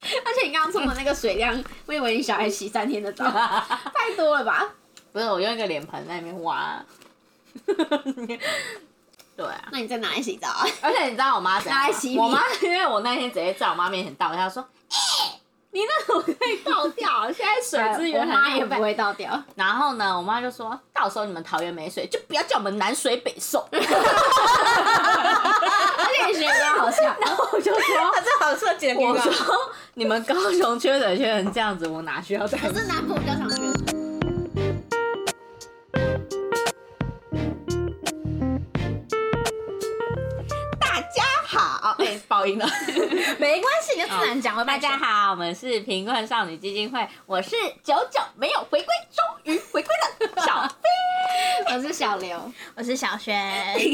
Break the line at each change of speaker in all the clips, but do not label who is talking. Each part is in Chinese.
你刚刚冲的那个水量，我以为你小孩洗三天的澡， 太多了吧？
不是我用一个脸盆在里面挖。 对啊，
那你在哪里洗澡啊？
而且你知道我妈怎样
拿来
吗
洗米
我妈因为我那天直接在我妈面前倒，她说：“哎、你那个我可以倒掉，现在水资源
我
很
妈也
浪费
不会倒掉，
然后呢，我妈就说到时候你们桃园没水，就不要叫我们南水北送。
而且你学的好像，
然后我就 说，
这好设计的地
我
方。
说你们高雄缺水缺成这样子，我哪需要再？
可是南部比较常学。
大家好， 哎、爆音了，
没关系，你就
自然
讲了
大家好，我们是贫困少女基金会，我是久久没有回归，终于回归 了，小飞。
我是小刘，
我是小轩，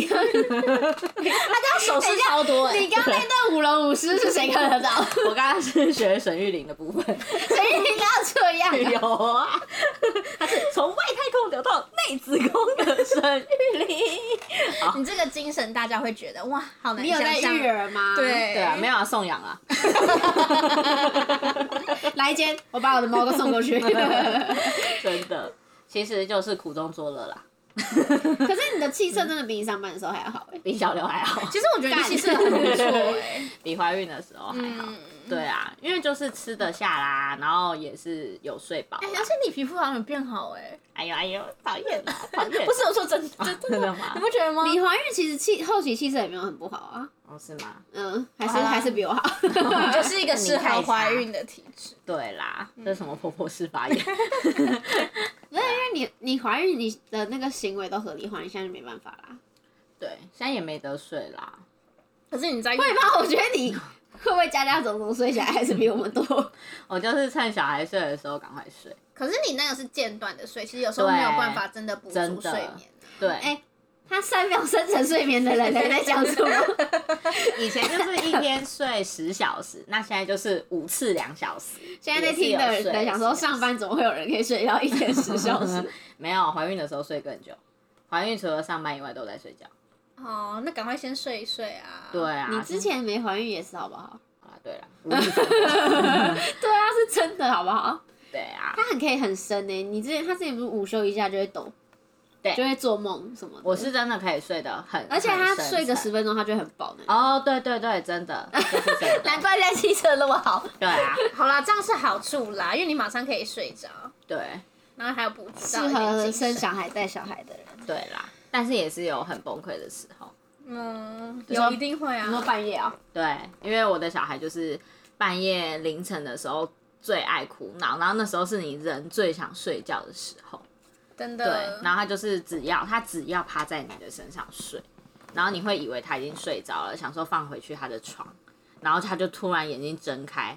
他手
势超多欸
你刚刚那段舞龙舞狮是谁看得到？
我刚刚是学沈玉玲的部分，
谁听到这样啊？
有啊，她是从外太空流到内子宫的沈玉玲。
你这个精神大家会觉得哇，好难
你有在
想象
育。儿吗？，
对
对啊，没有啊，送养 啊。
来一间，我把我的猫都送过 去。可
真的，其实就是苦中作乐啦，
是你的气色真的比你上班的时候还要好哎。
比小刘还 好，
其实我觉得你气色很不错哎。
比怀孕的时候还好。
嗯，
对啊，因为就是吃得下啦，然后也是有睡饱啊啦。
哎而且你皮肤好像有变好哎。
哎呦哎呦，讨厌啦，讨 厌！
不是我说真
啊
真
真的吗
你？不觉得吗？
你怀孕其实气后期气色也没有很不好啊，
哦，是吗？
嗯，还
好
是
啦
还是比我好。
就是一个适合怀孕的体质。
对啦，
嗯
这是什么婆婆式发 言？
对，因为你你怀孕你的那个行为都合理化，你现在就没办法啦。
对，现在也没得睡啦。
可是你在
会吗？我觉得你会不会家家总总睡起来还是比我们多？
我哦就是趁小孩睡的时候赶快睡。
可是你那个是间断的睡，其实有时候没有办法真的补
真
足
的
睡眠。
对，
哎 他三秒深层睡眠的人还在讲什么？
以前就是一天睡十 小时，那现在就是五次两小时。
现在在听的
也是有
人
睡
想说，上班怎么会有人可以睡到一天十小 时？
没有怀孕的时候睡更久，怀孕除了上班以外都在睡觉。
哦，那赶快先睡一睡啊。
对啊，
你之前没怀孕也是好不好？
啊，对了，无力 反驳
对啊，是真的好不好？
对啊，
他很可以很深呢、欸你之前他之前不是午休一下就会抖，
对
就会做梦什么的。
我是真的可以睡得很，
而且他
很深
睡个
沉
十分钟，他就会很饱呢。
哦，对对对，真的，就是真的，
难怪人家气色那么好。
对啊，
好啦，这样是好处啦，因为你马上可以睡着，
对
然后还有补给
适
到一
合
点
生
精神。
小孩带小孩的人，
对啦，但是也是有很崩溃的时候，
嗯，
说
有一定会啊。
半夜啊？
对，因为我的小孩就是半夜凌晨的时候最爱哭闹，然后那时候是你人最想睡觉的时候，
真
对
的，，
然后他就是只要他只要趴在你的身上睡，然后你会以为他已经睡着了，想说放回去他的床，然后他就突然眼睛睁开，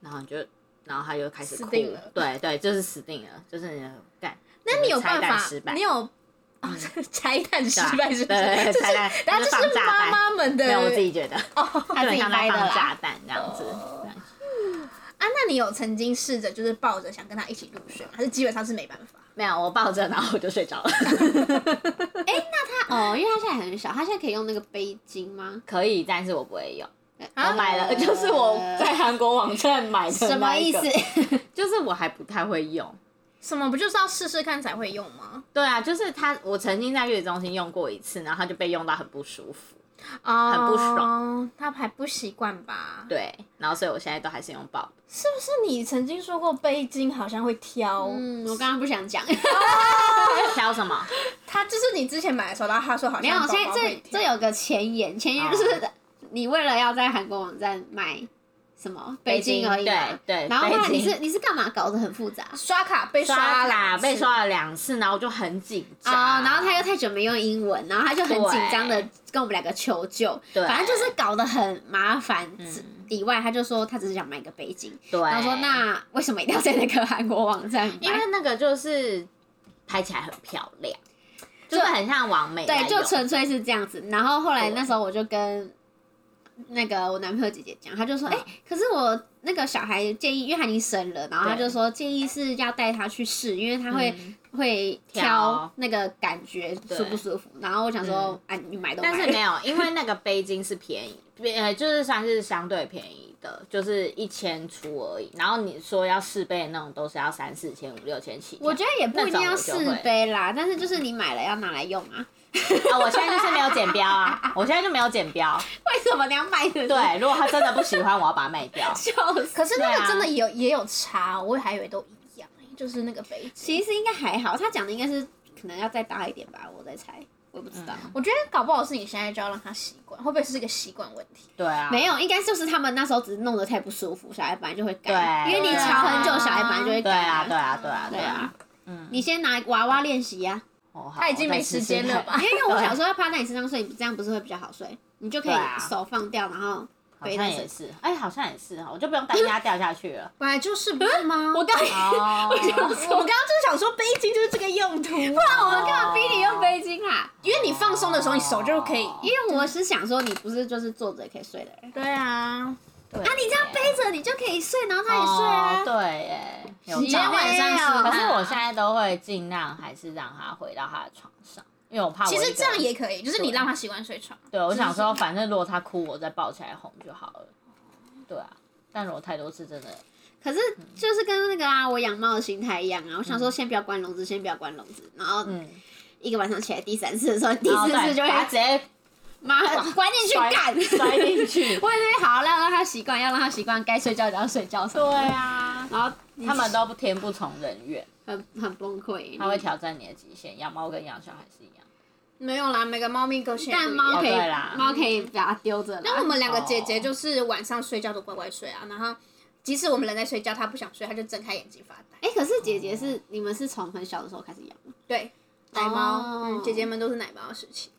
然后你就，然后他就开始
死
哭
定了
对对，就是死定了，就是你的干。
那你有办
拆弹失
法？
败嗯
你有哦， 拆弹失败是不
对
是？
对对
这是
拆弹
然后
就是
这
放
是
炸
妈
弹
妈们的
没有，我自己觉得，
他自己
像
掰
在
的
放
啦。
炸弹这样子。
哦
对
啊。那你有曾经试着就是抱着想跟他一起入睡吗？还是基本上是没办法？
没有，我抱着，然后我就睡着了。
他哦，因为他现在很小，他现在可以用那个背巾吗？
可以，但是我不会用。
啊
我买了，就是我在韩国网站买的。
什么意思？？
就是我还不太会用。
什么不就是要试试看才会用吗？
对啊，就是他，我曾经在月子中心用过一次，然后他就被用到很不舒服。
哦，
很不
爽，他还不习惯吧？，
对，然后所以我现在都还是用抱的。
是不是你曾经说过背巾好像会挑？
嗯，我刚刚不想讲。
挑哎什么？
他就是你之前买的时候，然后他说好 像
没有，
宝宝
现在
会
这
挑
这有个前言，前言就是 你为了要在韩国网站买什么
北
北
京
京而已嘛，
对对
然后后来
北京
你是你是干嘛搞得很复杂
刷卡被
刷
啦，
啦，被刷了两次，然后我就很紧张。
啊、然后他又太久没用英文，然后他就很紧张的
对
跟我们两个求救，
对
反正就是搞得很麻烦。之
嗯
以外，他就说他只是想买个北京，
对，
然后说那为什么一定要在那个韩国网站买？
因为那个就是拍起来很漂亮，就是很像完美来
对，
用。
就纯粹是这样子。然后后来
对
那时候我就跟那个我男朋友姐姐讲，她就说：“哎、可是我那个小孩建议，因为他已经生了，然后她
对
就说建议是要带他去试，因为他会、
嗯
会挑
挑
那个感觉舒不舒服。”然后我想说：“啊，你买都
但
买
是
了。
没有，因为那个背巾是便宜，呃，就是算是相对便宜的，就是一千出而已。然后你说要四倍的那种，都是要三四千、五六千起跳。
我觉得也不一定要
那种我
四
就会
杯啦，但是就是你买了要拿来用啊。
啊，我现在就是没有剪标啊，我现在就没有剪标。
为什么两百的？
对，如果他真的不喜欢，我要把它卖掉。
笑死。
可是那
对
个
啊
真的也有、也有差，我还以为都一样，欸就是那个杯子。
其实应该还好，他讲的应该是可能要再大一点吧，我在猜，我也不知道。
我觉得搞不好是你现在就要让他习惯，会不会是一个习惯问题？
对啊，
没有，应该就是他们那时候只是弄得太不舒服，小孩本来就会干，
对
因为你
对
瞧
啊
很久，小孩本来就会
对
干、
啊，对啊，对啊，
对
对
啊
啊。
你先拿娃娃练习呀、
哦好
他已经
我再
没
试
时
试
间了
看
吧？。
因为我想说要趴在你身上睡，你这样不是会比较好睡？你就可以
对啊
手放掉，然后
好
背
像
在
也
身上。
是，哎，好像也是哈，我就不用担心它掉下去了
本来就是不是吗？
我刚
哦，
我刚刚就是想说，杯巾就是这个用途、啊。
我干嘛逼你用背巾啊啦？
因为你放松的时候，你手就可以。
哦
因为我是想说，你不是就是坐着也可以睡的人，
对啊，
对
啊，你这样背着你就可以睡，然后他也睡
哦
啊。
对耶，有
你今天
道理
晚上吃
没有
可
饭啊
是我现在都会尽量还是让他回到他的床上，因为我怕我
其
一
实
个
这样
人
也可以，就是你让他习惯睡床。
对，我想说，反正如果他哭，我再抱起来哄就好了。对啊，但如果太多次，真的
可是就是跟那个啊，我养猫的心态一样啊。我想说，先不要关笼子，先不要关笼子，然后
嗯，
一个晚上起来第三次的时候，第
然后
四
再
次就
把它
会
直接
妈哎 关进去
摔
干
摔进去。
我也是好要让他习惯，要让他习惯该睡觉就要睡觉什么
对
的。
啊，
然后你
他们都不天不从人愿，
很很崩溃。
他会挑战你的极限。养猫跟养小孩是一样。
没有啦，每个猫咪个性
但猫可以
哦对啦
猫可以把它丢着啦。
那我们两个姐姐就是晚上睡觉都乖乖睡啊，然后即使我们人在睡觉，她不想睡，她就睁开眼睛发呆。
哎、可是姐姐是你们是从很小的时候开始养吗？
对，奶猫，
哦
嗯，姐姐们都是奶猫的时期，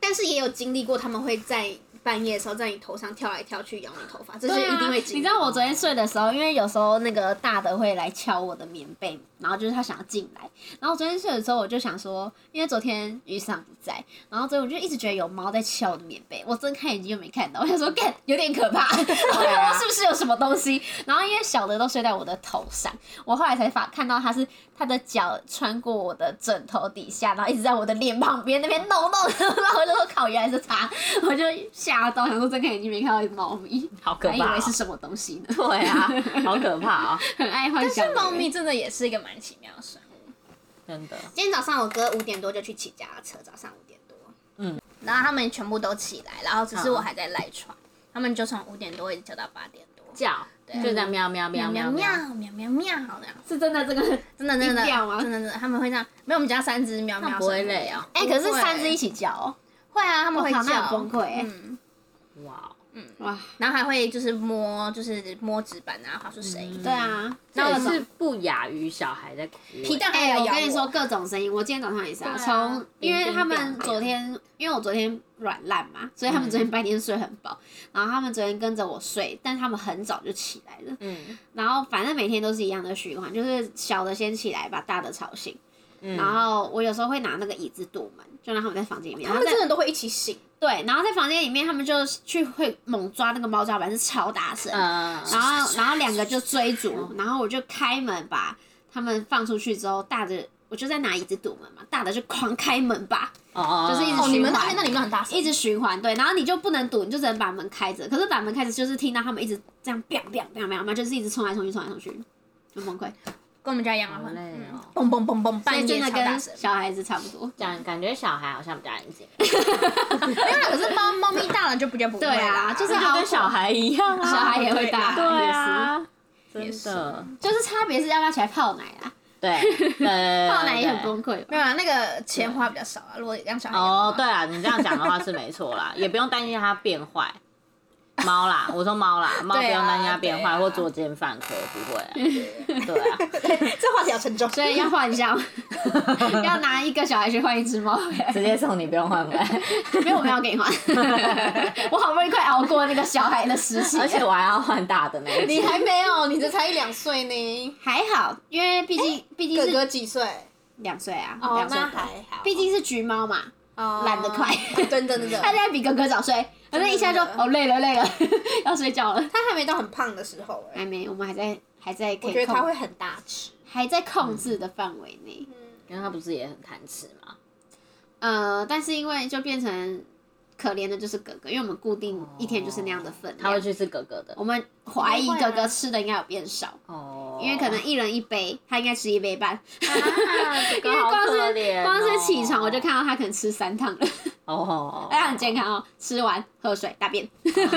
但是也有经历过，他们会在半夜的时候在你头上跳来跳去，咬你头发，这是一定会经
啊
历。
你知道我昨天睡的时候，因为有时候那个大的会来敲我的棉被，然后就是他想要进来。然后我昨天睡的时候，我就想说，因为昨天雨伞不在，然后所以我就一直觉得有猫在敲我的棉被。我睁开眼睛又没看到，我想 说，干有点可怕， 我
啊
想说是不是有什么东西？然后因为小的都睡在我的头上，我后来才发看到它是它的脚穿过我的枕头底下，然后一直在我的脸旁边那边弄弄，然后我就说靠，原来是它，我就吓到，想说睁开眼睛没看到猫咪。
好可
还哎以
怕
为
哦
是什么东西呢？
对啊， 好可怕啊！
很爱幻
但
想。
是猫咪，真的也是一个蛮奇妙的生物。
真的，
今天早上我哥五点多就去骑脚踏车，早上五点多，
嗯，
然后他们全部都起来，然后只是
嗯
我还在赖床，他们就从五点多一直叫到八点多，
叫就这样喵喵喵喵喵
喵喵喵。喵喵喵，好的，
是真的这个，
真的真的
一定要吗
真的真的，他们会这样，没有我们家三只喵喵
那不会累啊
哎、
啊不
可
会
是三只一起叫哦，
会啊，他们会
我靠
叫，
那很崩溃欸
嗯，
哇，哦
哇，
然后还会就是摸，就是摸纸板啊，划出声音。
对啊。
那也
那
是不亚于小孩在哭欸。
皮蛋还
哎、
有啊
我
咬
跟你说，各种声音，我今天早上也是啊，
对啊
从、因为他
叮
们
叮叮
昨天，因为我昨天软烂嘛，所以他们
嗯
昨天白天睡很饱，然后他们昨天跟着我睡，但他们很早就起来了，
嗯
然后反正每天都是一样的循环，就是小的先起来把大的吵醒，
嗯，
然后我有时候会拿那个椅子堵门，就让他们在房间里面，
他
然后
们
在
真的都会一起醒，
对，然后在房间里面，他们就去会猛抓那个猫抓板，是超大声，
嗯，
然后然后两个就追逐，然后我就开门把他们放出去之后，大的我就在拿椅子堵门嘛，大的就狂开门吧，
哦
就是一直
哦，你
循
们那
环
边那你们很大声，
一直循环对，然后你就不能堵，你就只能把门开着，可是把门开着就是听到他们一直这样 biang biang biang biang，就是一直冲来冲去冲来冲去，很崩溃，
跟我们家养
好
猫很
累哦
嗯蹦蹦蹦蹦，
所
半
以真
夜
的
超
跟
大声。
小孩子差不多。
感感觉小孩好像比较安静，
没有啦，可是猫猫咪大了就比较不会啦
对啊就是
那就跟小孩一样啊，
小孩也会大
对啊，
也
真
是
的，
就是差别是要不要起来泡奶啦，
对，对对对啊
泡奶也很
对
崩溃吧
没。有啦，啊那个钱花比较少啊。如果让小孩养
哦
猫，
对，啊，你这样讲的话是没错啦，也不用担心它变坏。猫啦，我说猫啦，猫不用担心它变
对
坏
啊
或作奸犯科，不会啊。对啊，
这话题好沉重。
所以要换一下吗，要拿一个小孩去换一只猫。
直接送你不用换回来，
没有，我没有给 你换。我好不容易快熬过那个小孩的时期，
而且我还要换大的那一
你
只。
还没有，你这才一两岁呢。
还好，因为毕竟毕竟
哎哥
是
哥几岁？
两岁啊，
哦，
两岁
那
多，
还好，
毕竟是橘猫嘛，
哦
懒得快
真的真的，
他现在比哥哥早睡，反正一下就
真的
哦累了累了， 要睡觉了。
他还没到很胖的时候哎，
还没，我们还在还在可
我觉
以
得他
控，
会很大吃。
还在控制的范围内。
嗯，
因为它不是也很贪吃吗？
呃，但是因为就变成可怜的就是哥哥，因为我们固定一天就是那样的分
他
量。
会去吃哥哥的
我们怀疑
嗯不会啊
哥哥吃的应该有变少，
哦，
因为可能 一人一杯，他应该吃一杯半。
啊，哥
因为
哥好
光
可
是
怜哦
光是起床我就看到他可能吃三趟了，
哦，
他很健康哦，吃完喝水大便，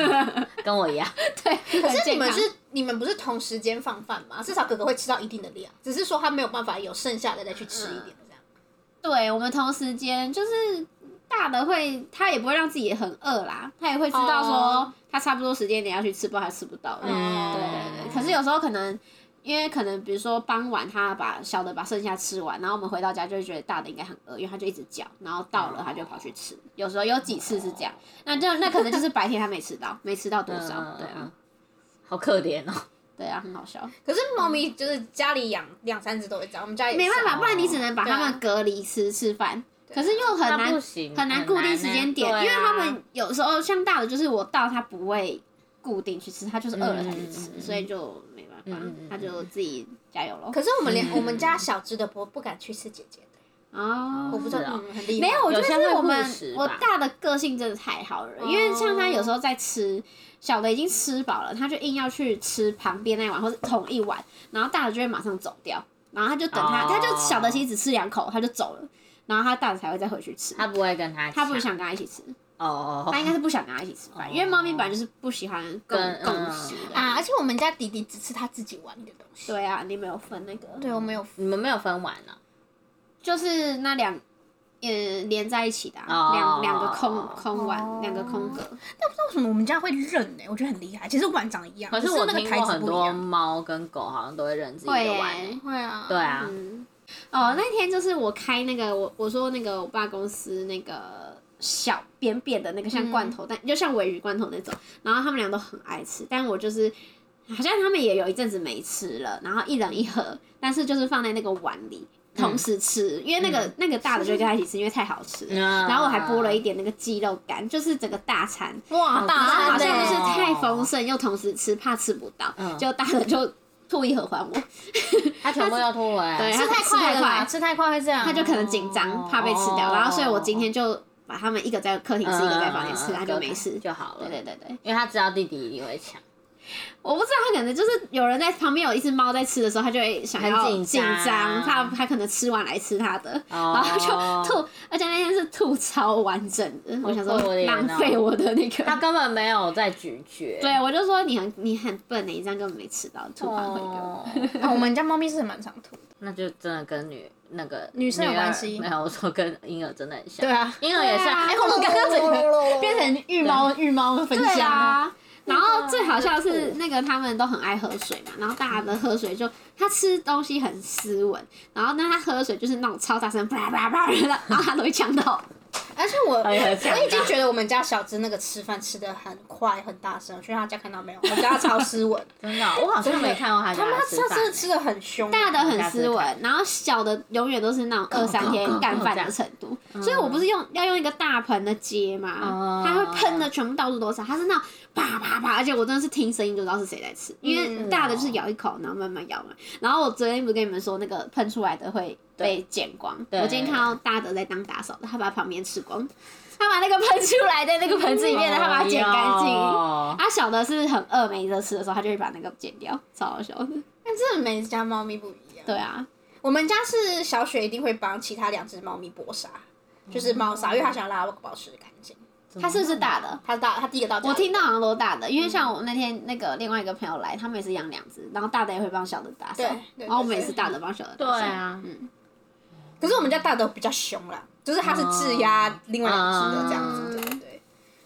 跟我一 样，
对，可
是你们是你们不是同时间放饭吗？至少哥哥会吃到一定的量，只是说他没有办法有剩下的再去吃一点这样。
对，我们同时间就是大的会，他也不会让自己很饿啦，他也会知道说
哦
他差不多时间点要去吃，不然他吃不到了。
嗯
对对对。可是有时候可能。因为可能比如说傍晚他把小的把剩下吃完，然后我们回到家就会觉得大的应该很饿，因为他就一直叫，然后到了他就跑去吃。有时候有几次是这样，那就那可能就是白天他没吃到，没吃到多少，对啊，，
好可怜哦，
对啊，很好笑。
可是猫咪就是家里养两三只都会这样，我们家也
没办法，
哦
是啊
不然你只能把他
对
们
啊
隔离吃吃饭，可是又很
啊那
难
不行，
很难固定时间点，
很难啊
因
欸
为他们有时候像大的，就是我到他不会固定去吃，他就是饿了才去吃，
嗯嗯嗯嗯
所以就没办法，
嗯嗯嗯
他就自己加油喽。
可是我们连、
嗯
我们家小只的不不敢去吃姐姐的，
哦
我不知道，
是啊
嗯，很厉害。
没有，我觉得
有些
是
会
我们
护食吧哦
我大的个性真的太好了，因为像他有时候在吃，小的已经吃饱了，他就硬要去吃旁边那一碗或者同一碗，然后大的就会马上走掉，然后他就等他，
哦
他就小的其实只吃两口他就走了，然后他大的才会再回去吃，
他不会跟他抢，
他不想跟他一起吃。
哦哦，
他应该是不想跟他一起吃饭，因为猫咪本来就是不喜欢共
跟
共
哦嗯
食的。
啊，而且我们家弟弟只吃他自己碗里的东西。
对啊，你没有分那个，
对，我没有
你们没有分啊完呢，
就是那两，呃，连在一起的啊
哦
两两个空空
哦
碗，两个空格。
为什么我们家会认呢、我觉得很厉害。其实碗长一样，
可
只
是
是
我
那
听
个台
过
子
很
不一
多
样。
猫跟狗好像都会认自己
会
的碗
耶
欸，
会啊，
对，啊，
嗯，哦，那天就是我开那个，我我说那个我爸公司那个小扁扁的那个像罐头，但就像鲔鱼罐头那种，然后他们俩都很爱吃，但我就是。好像他们也有一阵子没吃了，然后一人一盒，但是就是放在那个碗里同时吃，因为那个、那个大的就跟他一起吃，因为太好吃了。
嗯
然后我还剥了一点那个鸡肉干，就是整个大餐，
哇，
然后好
大餐啊
像
呢
就是
哦
太丰盛又同时吃，怕吃不到，
嗯
就大的就吐一盒还我，
它全部要吐欸回，
对
吃太快了吧，吃太快会这样。
他就可能紧张，
哦
怕被吃掉，然后所以我今天就把他们一个在客厅吃，一个在房间吃，
嗯
他就没事。
就好了。
对对对对，
因为他知道弟弟一定会抢，
我不知道他可能就是有人在旁边有一只猫在吃的时候，他就会想要
很
紧
紧张
张，怕他可能吃完来吃他的，
哦
然后就吐，而且那天是吐超完整的，我想说
好可怜哦
浪费我的那
他
个。
根本没有在咀嚼。
对，我就说你很你很笨欸的，你这样根本没吃到，吐完 回给我。
哦，
啊我们家猫咪是蛮常吐的。
那就真的跟女那个
女生有关系
儿没有，我说跟婴儿真的很像。
对啊
婴儿也是
对啊
啊。哎
我们刚刚整个 变成御猫御猫分
对
家。
啊，然后最好笑的是那个他们都很爱喝水嘛，然后大的喝水就他吃东西很斯文，然后那他喝水就是那种超大声啪啪啪的，然后他都会呛到。
而且我
哎呀
我已经觉得我们家小只那个吃饭吃的很快很大声，我去他家看到 没有？我家超斯文，
真的哦，我好像没看到他
他
家
妈
吃
他真的
饭。
吃的很凶，啊
大的很斯文，然后小的永远都是那种二三天干饭的程度，所以我不是用要用一个大盆的接嘛
嗯哦，
它会喷的全部到处都是，它是那种啪啪啪，而且我真的是听声音就知道是谁在吃，因为
嗯
大的就是咬一口，然后慢慢咬嘛。然后我昨天不是跟你们说那个喷出来的会被剪光，
对
我今天看到大的在当打扫的，他把旁边吃光，他把那个喷出来的那个盆子里面的，他把它剪干净。啊
哦
他小的是很饿没得吃的时候，他就会把那个剪掉，超好笑的。
但真的每家猫咪不一样。
对啊，
我们家是小雪一定会帮其他两只猫咪搏杀，
嗯
就是猫砂，因为她想让它保持干净。
他是不是大
嗯
的？
她到她第一个到家，
我听到好像都大的，因为像我那天那个另外一个朋友来，他们也是养两只，然后大的也会帮小的打扫
对对，对
然后我们也是大的帮小的打
对
扫。
啊，
可是我们家大的比较凶啦，就是它是质押另外两只的这样子，
嗯
对对对，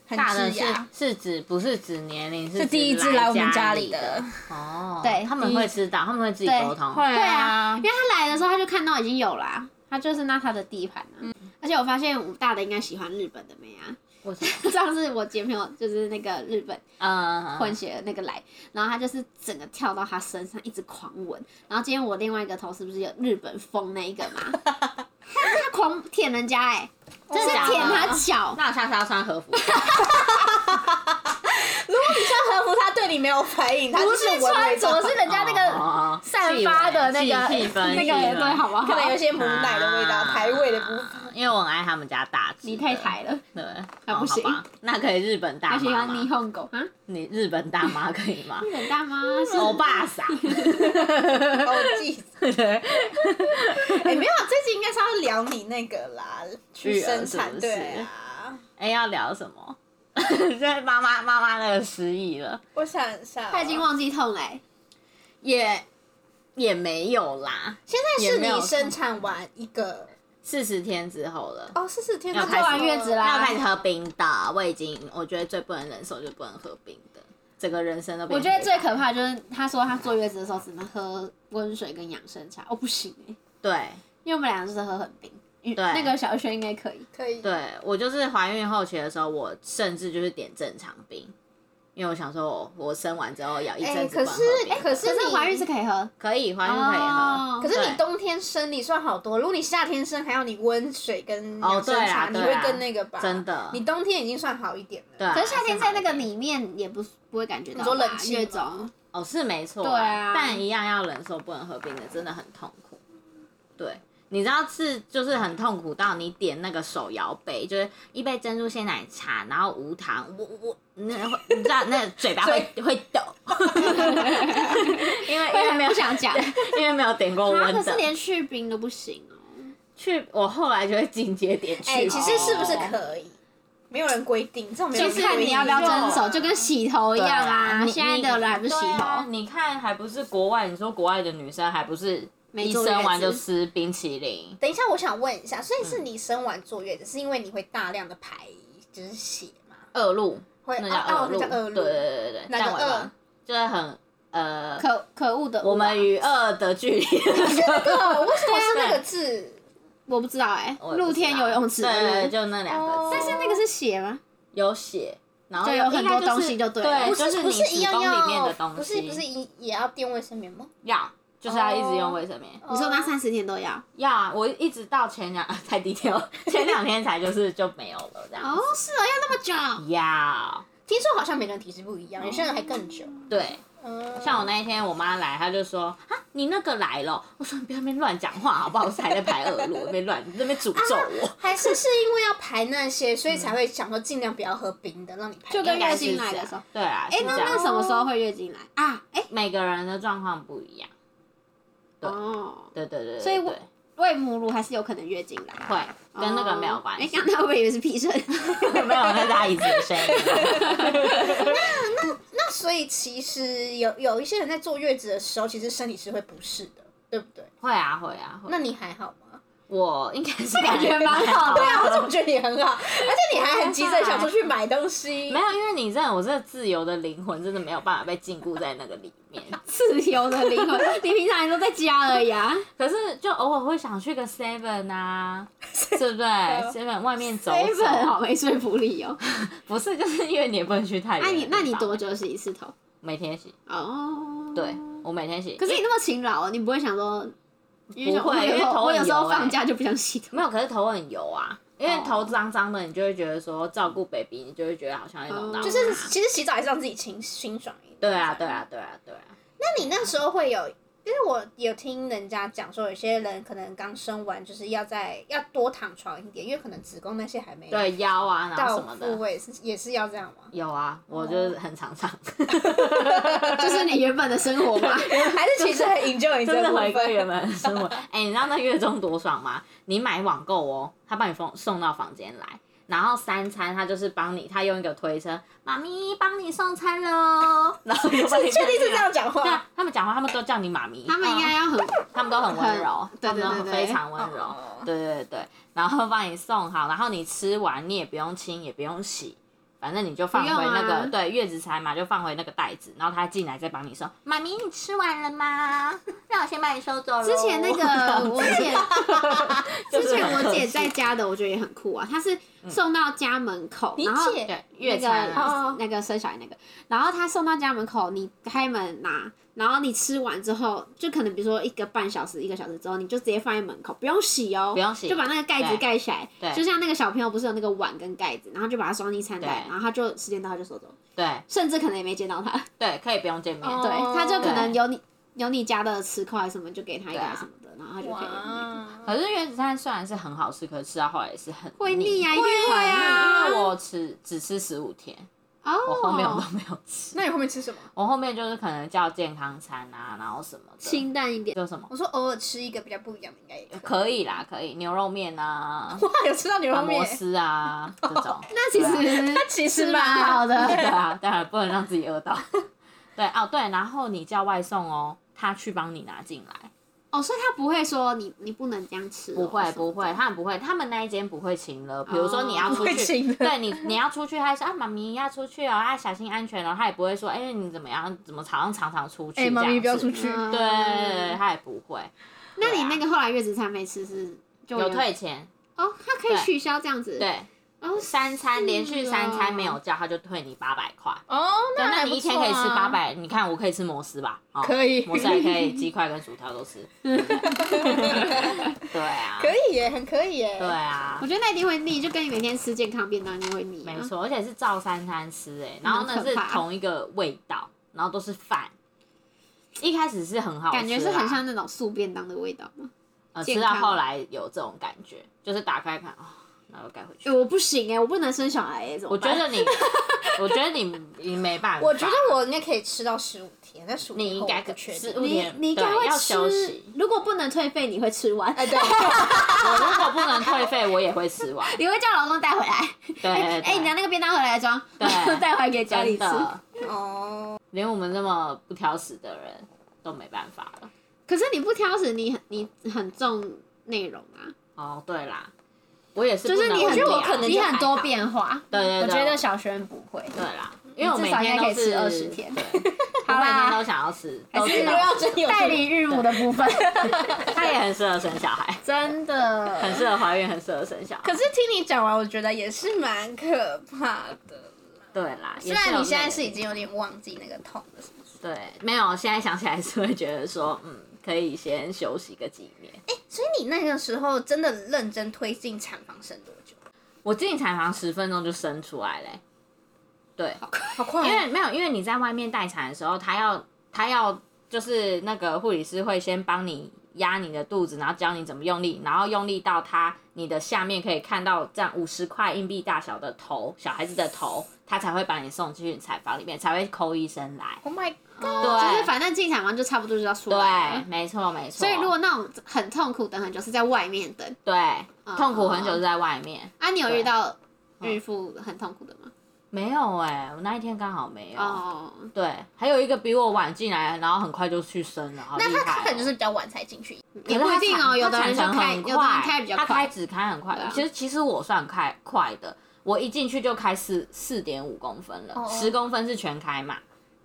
很
大的
质
是
押。
是指不是指年龄，是
是
是
第一只来
来
我们
家
家里的
的。哦，
对
他们会知道，他们会自己
对
沟通。
对啊，因为他来的时候他就看到已经有啦，他就是那他的地盘啊。
嗯
而且我发现我大的应该喜欢日本的妹啊。
为什么？
上次我姐朋友就是那个日本
嗯，
混血的那个来，然后他就是整个跳到他身上一直狂吻。然后今天我另外一个同事不是有日本风那一个 嘛，他他狂舔人家哎、就
真
是
的哦假的
舔他脚。
那我下次要 穿和服。
穿 和服，它对你没有反应，它
不
就是闻
穿
味道
着， 哦是人家那个
个
散发的那个
哦气氛，
那个
气氛
对，好不好？
可能有些母奶的味道、
啊
台味的部分。
因为我很爱他们家大只的。
你太抬了，
对，
那
哦
不行
好吧那可以日本大
他喜
妈
欢霓
吗？
虹狗啊？
你日本大妈可以吗？
日本大妈是
欧巴桑，
我记 哎、没有，这集应该是要聊你那个啦，去
育儿
生
是
产
不
对
是
啊，
哎、要聊什么？ 现在妈妈妈妈那个失忆了，
我想一下哦，
他已经忘记痛嘞、哎
也也没有啦，
现在
也
是
没有
你生产完一个
四十天之后了。
哦，四十天
要
就
开始
坐
月子啦
要开始喝冰的，我已经我觉得最不能忍受就是不能喝冰的，整个人生都变
我觉得
黑
最
白
可怕就是他说他坐月子的时候只能喝温水跟养生茶，哦不行哎、
对
因为我们两个就是喝很冰，对
对
那个小轩应该可以。
可以，
对，我就是怀孕后期的时候，我甚至就是点正常冰，因为我想说我我生完之后要一
哎、
阵子不
可
能喝
是
冰、
哎、可
可
是
是
你
怀孕是可以喝，
可以怀孕可以喝，
哦
可是你
对
冬天生理算好多，如果你夏天生还要你温水跟
哦
养生茶，你
对啦
会
对啦
更那个吧？
真的
你冬天已经算好一点了。
对啊
可是夏天在那个里面也不不会感觉到吧。
你说冷气吗
月中
哦是没错，
对啊
但一样要忍受不能喝冰的，真的很痛苦。对，你知道是就是很痛苦到你点那个手摇杯，就是一杯珍珠鲜奶茶，然后无糖，我我我那会你知道那嘴巴 会会抖，因为因为没有
不想 讲，啊
因为没有点过温
可是
的，
连去冰都不行哦。
去我后来就会进阶点去。
哎、其实是不是
哦
可以？没有人规定，这种没有
就
人
是
规定哦
看你要不要遵守，就跟洗头一样
对
啊。
你
现在的人还不是洗
对啊
头，
你看还不是国外？你说国外的女生还不是
没
一
坐月
生完
子
就吃冰淇淋？
等一下，我想问一下，所以是你生完坐月子，是因为你会大量的排就是血嘛？
恶露，
会
那叫
哦
恶
哦那
露，
叫恶露
对对对对对，
哪个
但我也不知道
恶
就是很呃，
可可恶的恶啊。
我们与恶的距离。
那个哦为什么是那 个字？
我不知道哎，
我也不知道
啊露天游泳池
对对对，
的路，
就那两个
哦
字，
但是那个是血吗？
有血，然后
就有
应该
很多
是
东西就对了
对，
不
就是你
不
子
是一样
宫里面
要
的东西，
不是不是一也要垫卫生棉吗？哦
要，就是要一直用卫生棉。
你说那三十天都要
要啊，我一直到前两 太低调了，前两天才就是就没有了这样
哦是
子。，
哦，要那么久。
要，
听说好像每个人体质不一样，
哦
有些人还更久。
对，
嗯，
像我那一天我妈来，她就说啊，你那个来了，我说你不要在那边乱讲话好不好？我才在排恶露，那边乱，那边诅咒我。
还是是因为要排那些，所以才会想说尽量不要喝冰的，让你排。
就跟
应该
月
是
经来
这
的
样
时候，
对啊，
哎
是，
那
这样
那什么时候会月经来
哦
啊？哎，
每个人的状况不一样，对
哦，
对对对对
所以
对
我喂母乳还是有可能月经来，哦
会跟那个没有关
没
系，
想到我以为是屁 声，
没有那大椅子的声音。
那所以其实有有一些人在坐月子的时候，其实身体是会不适的，对不对？
会啊会啊，会
那你还好吗？
我应该是
感觉蛮好的
对
对
啊
啊，我怎么觉得你很好？而且你还很急着想出去买东西
没。有，因为你知道我这个自由的灵魂真的没有办法被禁锢在那个里面。
自由的灵 魂，你平常也都在家而已啊。
可是就偶尔会想去个 Seven 啊，对不对？Seven 外面走
seven
走，
哎好没说服力哦。
不是就是因为你也不能去太远
那
的
啊你
地方。
那你多久洗一次头？
每天洗？
哦，
对，我每天洗。
可是你那么勤劳哦，你不会想说，因为想
不会
我有
因为
时
头
候我
很
有时候
油欸
放假就不想洗头。
没有，可是头很油啊，因为
哦
头脏脏的，你就会觉得说照顾 baby，你就会觉得好像会弄到
哦
它。
就是其实洗澡还是让自己清清爽一点。
对啊，对啊，对啊，对啊，
那你那时候会有，因为我有听人家讲说，有些人可能刚生完就是要在要多躺床一点，因为可能子宫那些还没
对腰啊，然后
到
什么
复
的。？
位是也是要这样 吗
有啊，
哦
我就是很常常，
就是你原本的生活 嘛。
还是其实很 enjoy 你
真的
这部
回归原
分？
本的生 活。哎、你知道那月中多爽吗？你买网购哦，他帮你送送到房间来，然后三餐他就是帮你，他用一个推车，妈咪帮你送餐喽，然后就帮你
确定是这样讲
对
话？
啊，他们讲话，他们都叫你妈咪，
他们应该要很
他们都很温柔，
对
他们
对对
都很
对
非常温柔
哦，
对对对，然后帮你送好，然后你吃完你也不用清也不用洗，反正你就放回
不用啊
那个对月子餐嘛，就放回那个袋子，然后他进来再帮你收。 妈咪，你吃完了吗？那我先帮你收走咯。
之前那 个我姐，
就是
之前
很客
我姐
气
在家的，我觉得也很酷
嗯
啊。她是送到家门口，
你
然后
姐
对
那
月
个
餐啊、
哦
那个生小孩那个，然后她送到家门口，你开门拿，然后你吃完之后，就可能比如说一个半小时、一个小时之后，你就直接放在门口，不用洗哦，
不用洗
就把那个盖子
对
盖起来。
对
就像那个小朋友不是有那个碗跟盖子，然后就把它装进餐袋，
对
然后他就时间到他就收走，
对
甚至可能也没见到他。
对，可以不用见面。
哦
对，他就可
对
能有你有你家的磁扣还是什么，就给他一个
对啊
还是什么的，然后他就可以。
可是原子弹虽然是很好吃，可是吃到后来也是很
会腻啊，一定
会
会
啊
因为我吃只吃十五天，
哦，
我后面我都没有吃。
那你后面吃什么？
我后面就是可能叫健康餐啊，然后什么的，
清淡一 点，
就什么
我说偶尔吃一个比较不一样的，应该也可以。
可以啦，可以牛肉面啊、
哇， 有吃到牛肉
按摩
面，
丝啊这种。
哦那其
对啊
实
其
是蛮好
对
的，
啊，当然不能让自己饿到。 对哦，对，然后你叫外送哦，他去帮你拿进来。
哦，所以他不会说你你不能这样吃哦，
不会
什么
不
的
会，他们不会，他们那一间不会请了。比如说你要
不
出
哦会
去，
请了
对你你要出去，他还说啊妈咪要出去哦，啊小心安全哦，他也不会说哎、你怎么样怎么常常常常出去
哎，
这
妈咪
样
不要
子。
出去。
嗯
对对，他也不会
那
对
你
啊
那个后来月子餐没吃是就
有退钱，
哦，他可以
对
取消这样子，，
对，
哦，
三餐连续三餐没有
是哦，
叫，他就退你八百块。
哦，
对，那
啊还
你
不
一天可以吃
错啊
八。百，你看我可以吃摩斯吧？哦、
可 以
摩斯还可以鸡块跟薯条都吃。对啊，
可以耶，很可以耶。
对啊
我，觉得那一定会腻，就跟你每天吃健康便当一定会腻啊，
没错，而且是照三餐吃哎、然后
嗯很
呢
可
是
怕
同一个味道，然后都是饭。一开始是很好吃啦，
感觉是啊很像那种素便当的味道吗？
呃，
健
吃到
康
后来有这种感觉，就是打开看哦，然后又盖回去
哎、。我不行哎、我不能生小孩哎、怎么
我
办？
觉 得你，我觉得你你没办法，
我觉得我应该可以吃到十五天，但十五
你应该
不
可
确
吃
定。
你你应该
对
会
要
吃
休息。
如果不能退费，你会吃完，
哎，对，
我如果不能退费，我也会 吃完。
你会叫老公带回来。
对对
哎、
对
你拿那个便当回来装，
对
带回来给家里
真
吃。
的，
哦，
连我们这么不挑食的人都没办法了。
可是你不挑食，你很你很重内容啊，
哦，对啦，我也是不
就
能
是你很
无聊，
我觉得我可能
你
就还好
很多变化。
对对对
我觉得小学生不会。
对啦，因为我每
至少应
天
该可
都
以
是
吃20天
对我每天都想要吃，都
是
知
不
道
要真有
代理日母的部 分，
他也很适合生小孩，
真的
很适合怀孕，很适合生小孩
可。是听你讲完，我觉得也是蛮可怕的。
对啦，
虽
也是有
然你现在是
那
已经有点忘记那个痛的什么时候，
个对，没有，现在想起来是会觉得说，嗯，可以先休息个几年。
所以你那个时候真的认真推进产房生多久？
我进产房十分钟就生出来嘞、对，
好快
因
哦
因为
为没有，因为你在外面待产的时候，他要他要就是那个护理师会先帮你压你的肚子，然后教你怎么用力，然后用力到他你的下面可以看到这样五十块硬币大小的头，小孩子的头，他才会把你送进去产房里面，才会扣医生来。
Oh my God！
对
哦就是反正进产房就差不多就要出来
对
了，。
没错没错。
所以如果那种很痛苦等很久是在外面等，
对痛苦很久
哦
是在外面，
啊，你有遇到嗯孕妇很痛苦的吗？
没有哎、我那一天刚好没有。
哦，
对，还有一个比我晚进来，然后很快就去生了，好厉害、哦
那他他可能就是比较晚才进去，
也不一定哦，有的人就
就
开，
很
有的人开比较
他开
快，
只开很快
对啊。
其实其实我算开快的，我一进去就开四四点五公分
哦
了，十公分是全开嘛，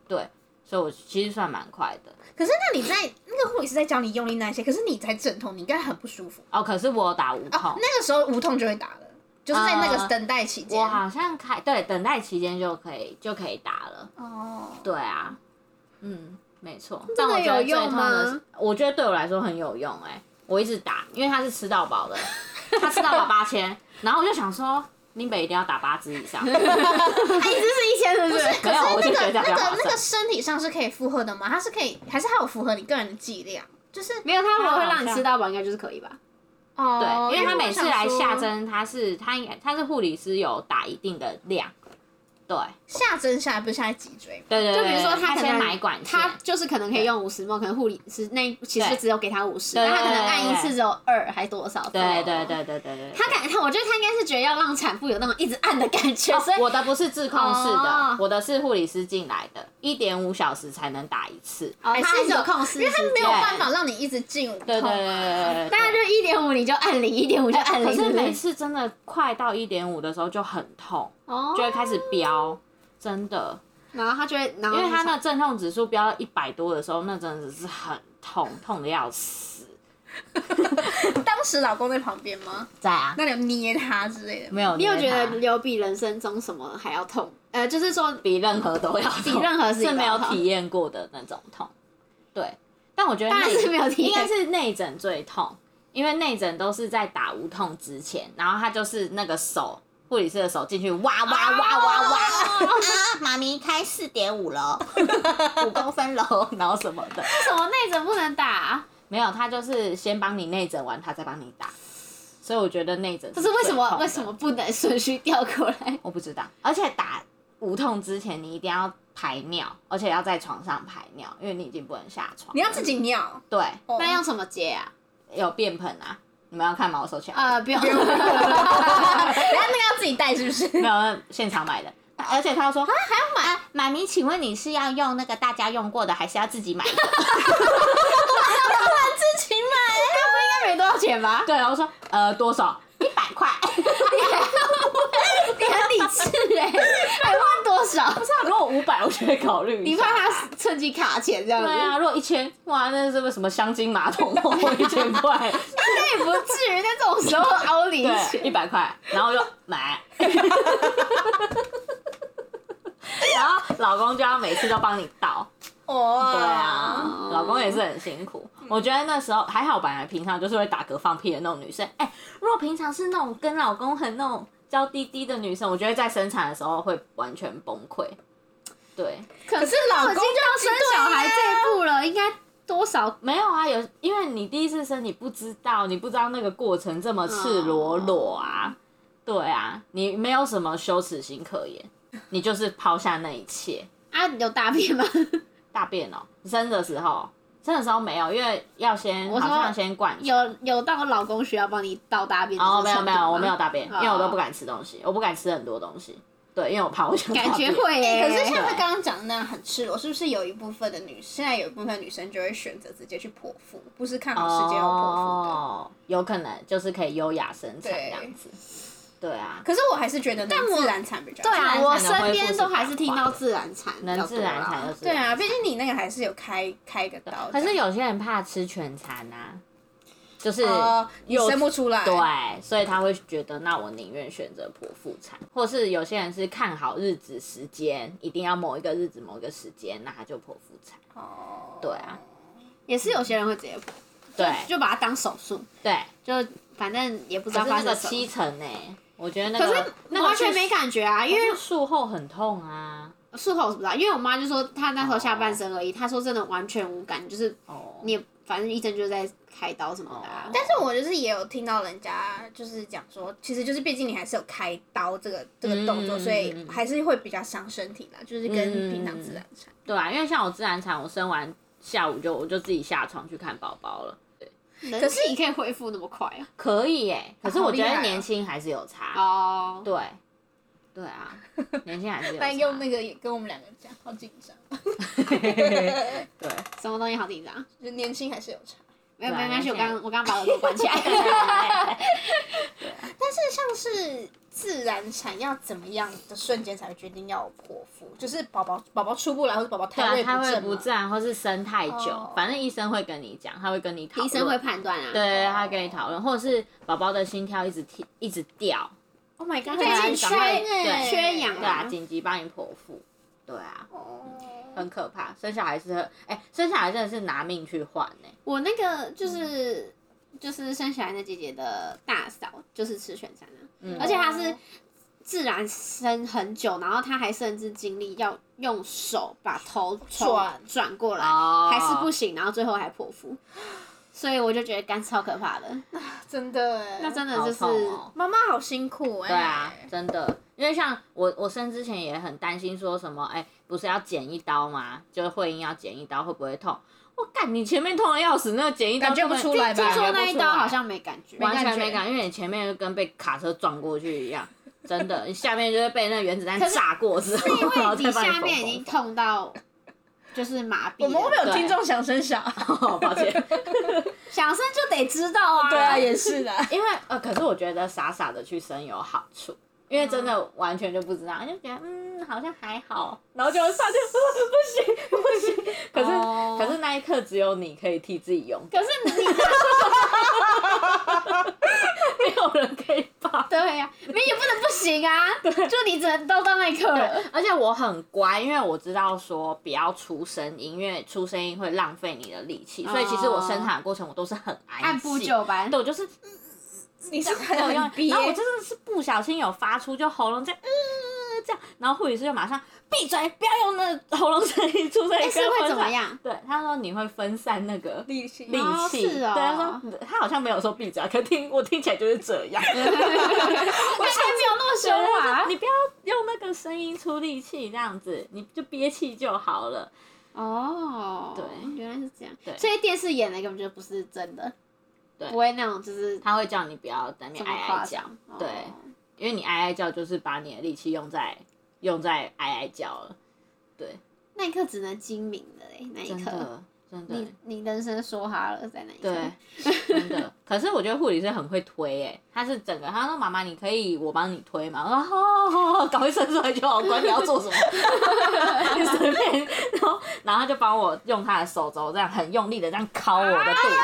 对，所以我其实算蛮快的。
可是那你在那个护理师在教你用力那些，可是你才阵痛，你应该很不舒服。
哦，可是我有打无
哦
痛，，
那个时候无痛就会打了，就是在那个
呃
等待期间。
我好像开对等待期间就可以就可以打了。
哦，
对啊，嗯，没错。
真
但
的
我觉得
有
最
用
痛的是
吗？
我觉得对我来说很有用哎、我一直打，因为他是吃到饱的，他吃到饱八千，然后我就想说，林北一定要打八支以 上。
一直是一千，是不是？
没有，我就觉得这样
那
比较划
个那个
算。
身体上是可以负荷的吗？它是可以，还是它有符合你个人的剂量？就是
没有，他如果会让
好
你
像
吃到饱，应该就是可以吧？
哦，
对，因为他每次来下
我想说
针，他是他应该他是护理师有打一定的量，对
下针下来不是下在脊椎吗？
对对对，
就比如说
对他
可
先
能
买管线，
他就是可能可以用五十梦，可能护理师那其实
对
只有给他五十，
对
那他
对
可能
对
按一
对
次只有二还多少之类
对
的？
对对对对对，
他感他，我觉得他应该是觉得要让产妇有那种一直按的感觉，所以
我的不是自控式
哦
的，我的是护理师进来的，一点五小时才能打一次，
哦
还
他
是
还是有
有
控制，
因为他没有
对
办法让你一直进无痛、啊。
对对对对对
大家
对。
就一点五你就按零，一点五就按
可
零，
是
不
每次真的快到一点五的时候就很痛，
哦
就，会开始飙，真的。
然后他就会，然后
因为他
那
那阵痛指数飙到一百多的时候，那真的是很痛，痛的要死。
当时老公在旁边吗？
在啊，
那你有捏他之类的吗？
没有
你有觉
捏
得
它
有比人生中什么还要痛？呃，就是说
比任何都要痛，
比任何事情
是
都
没
要
有
痛
体验过的那种痛。对，但我觉得
当然
内
是没有体验
应该是内诊最痛，因为内诊都是在打无痛之前，然后他就是那个手。护理师的手进去挖挖挖
哦
挖挖啊！妈咪开 四点五楼，五公分楼，然后什么的，
为什么内诊不能打啊？
没有，他就是先帮你内诊完，他再帮你打。所以我觉得内诊
可是为什
最
么
痛的
为什么不能顺序调过来？
我不知道，而且打无痛之前你一定要排尿，而且要在床上排尿，因为你已经不能下床。
你要自己尿，
对
哦
那用什么接啊？
有便盆啊？你们要看吗？我收起来。
呃，不用，然后那个要自己带是不是？
没有，那现场买的。而且他说啊，还要买，妈咪，请问你是要用那个大家用过的，还是要自己买的？
自己买，应该没多少钱吧？
对，然后我说呃多少？一百块，
你很理智哎、还问多少？
不是、啊，如果五百，我就会考虑一
你
下。
怕他趁机卡钱这样子？
对啊，如果一千，哇，那是个什么香精马桶 哦，一千块，
那也不至于在这种时候凹零
对，一
钱。
百块，然后我就买。 然后老公就要每次都帮你倒，
哦，
对啊，老公也是很辛苦。我觉得那时候还好，本来平常就是会打嗝放屁的那种女生。哎、如果平常是那种跟老公很那种娇滴滴的女生，我觉得在生产的时候会完全崩溃。对，
可
是老公
已经到生小孩这一步了，应该多少？
没有啊，有，因为你第一次生，你不知道，你不知道那个过程这么赤裸裸
嗯
啊，对啊，你没有什么羞耻心可言， 你就是抛下那一切。
啊，有大便吗？
大便哦、生的时候，生的时候没有，因为要先
我
好
说
像先灌肠
有有到老公需要帮你倒大便的
哦，
这种
没
程度
有没
吗
有，我没有大便，因为我都不
哦
敢吃东西，我不敢吃很多东西，对，因为我怕我想大
感觉
便。
会耶、
哎可是像他
哎对
刚刚讲的那样很赤裸，是不是有一部分的女，现在有一部分女生就会选择直接去剖腹，不是看好时间而剖腹的。
哦，有可能就是可以优雅生产这
对
样子，对啊，
可是我还是觉得能自然产比较好。
对啊，我
自然
身
产的恢复
边
是
都还是
比较
听
快
到
的
自然产比较多啦，
能自然产就是
对啊，毕竟你那个还是有开开个刀的。
可是有些人怕吃全餐啊，就是
哦，你
有
生不出来。
对，所以他会觉得，那我宁愿选择剖腹产，或是有些人是看好日子时间，一定要某一个日子某一个时间，那他就剖腹产。
哦，
对啊，
也是有些人会直接剖
对
就把它当手术，
对，
就反正也不知
可
道
是
发
那个
生什
七
么。
成呢、我觉得那
可
个
是
那
我
个
完全
是
没感觉啊，因
因为
为
术后很痛啊。
术后我是不知道，因为我妈就说她那时候下半身而已，她说真的完全无感，就是
哦，
你也反正医生就在开刀什么的、啊
哦。
但是我就是也有听到人家就是讲说，其实就是毕竟你还是有开刀这个这个动作，
嗯
所以还是会比较伤身体啦，就是跟
嗯
平常自然产。
对啊，因为像我自然产，我生完下午就我就自己下床去看宝宝了。对，
可是你可以恢复那么快啊？
可以耶、可是
好
我
厉
觉得
害哦
年轻还是有差。
哦，
对，对啊，年轻还 是有
但用那
个
个也跟我们两个讲，好紧张，
对，
什么东西好紧张？
就年轻还是有差。
没有
对啊
没关系，我
那现在
刚我刚把耳朵关起来。
但是像是自然产要怎么样的瞬间才会决定要有剖腹？就是宝宝宝宝出不来，或者宝宝
对
胎
啊，
位
他会
不
不
正吗。
正，或是生太久，
哦
反正医生会跟你讲，他会跟你讨论，
医生会判断啊。
对，他会跟你讨论，或者是宝宝的心跳一直跳，一直掉，
，Oh my god，
对啊
很
你赶快对
缺氧
对啊，
啊。
紧急帮你剖腹，对啊，
哦，
很可怕，生小孩是很，哎、生小孩真的是拿命去换呢、
我那个
嗯
就是就是生小孩的姐姐的大嫂，就是吃全餐啊，
嗯
而且她是自然生很久，然后她还甚至经历要用手把头从
转
转过来，
哦
还是不行，然后最后还剖腹，所以我就觉得干超可怕的，
真的耶，
那真的
好
就
痛
是
哦
妈妈好辛苦哎。
对啊，真的，因为像我，我生之前也很担心，说什么，哎、不是要剪一刀吗？就是会阴要剪一刀，会不会痛？我干，你前面痛的要死，那个剪一刀
感觉
根本
不出来
听
吧
感觉
说
不
那一
出
刀
来
好像没感觉，
完全
感觉
没感觉，因为你前面就跟被卡车撞过去一样，真的，你下面就会被那个原子弹
可是
炸过之后，
因
然后
为你
再帮你
下面已经
缝缝
痛到就是麻痹了，
我们会不会有
对
听众想生小孩？
缝哦抱歉，
想生就得知道啊，
对啊，也是 的。
因为呃，可是我觉得傻傻的去生有好处。因为真的完全就不知道，就觉得嗯好像还好，然后就发现不行不行。可是、
哦
可是那一刻只有你可以替自己勇敢，
可是你
没有人可以帮。
对呀、你也不能不行啊，就你只能都到那一刻了。
而且我很乖，因为我知道说不要出声音，因为出声音会浪费你的力气，所以其实我生产的过程我都是很安静
按部就班
对，我哦就是
你是
没有
很
用
很憋
呃然后我真的是不小心有发出，就喉咙这样，嗯，这样，然后护理师就马上闭嘴，不要用那个喉咙声音出这里
哎，是
跟
会
分
怎么
散？
样？
对，他说你会分散那个
力气
力
哦
气。
是哦
对，他说嗯他好像没有说闭嘴啊，可听我听起来就是这 样。
我才没有那么
对
凶
他
啊
说！你不要用那个声音出力气，这样子你就憋气就好了。
哦，
对
原来是这样。
对
所以电视演的根本就不是真的，
对
不会那种就是
他会叫你不要在那
这
边
么
哀
夸
哀叫
张。，哦
对，因为你哀哀叫就是把你的力气用在用在哀哀叫了。对，
那一刻只能精明的嘞，那一
真
刻。
的真的
你你人生说哈了，在那一刻，
对，真的。 可是我觉得护理师很会推诶、他是整个他说妈妈你可以我帮你推嘛，我哦说好好好好，搞一伸出来就好，管你要做什么， 你随便。然后然后他就帮我用他的手肘这样很用力的这样敲我的肚子，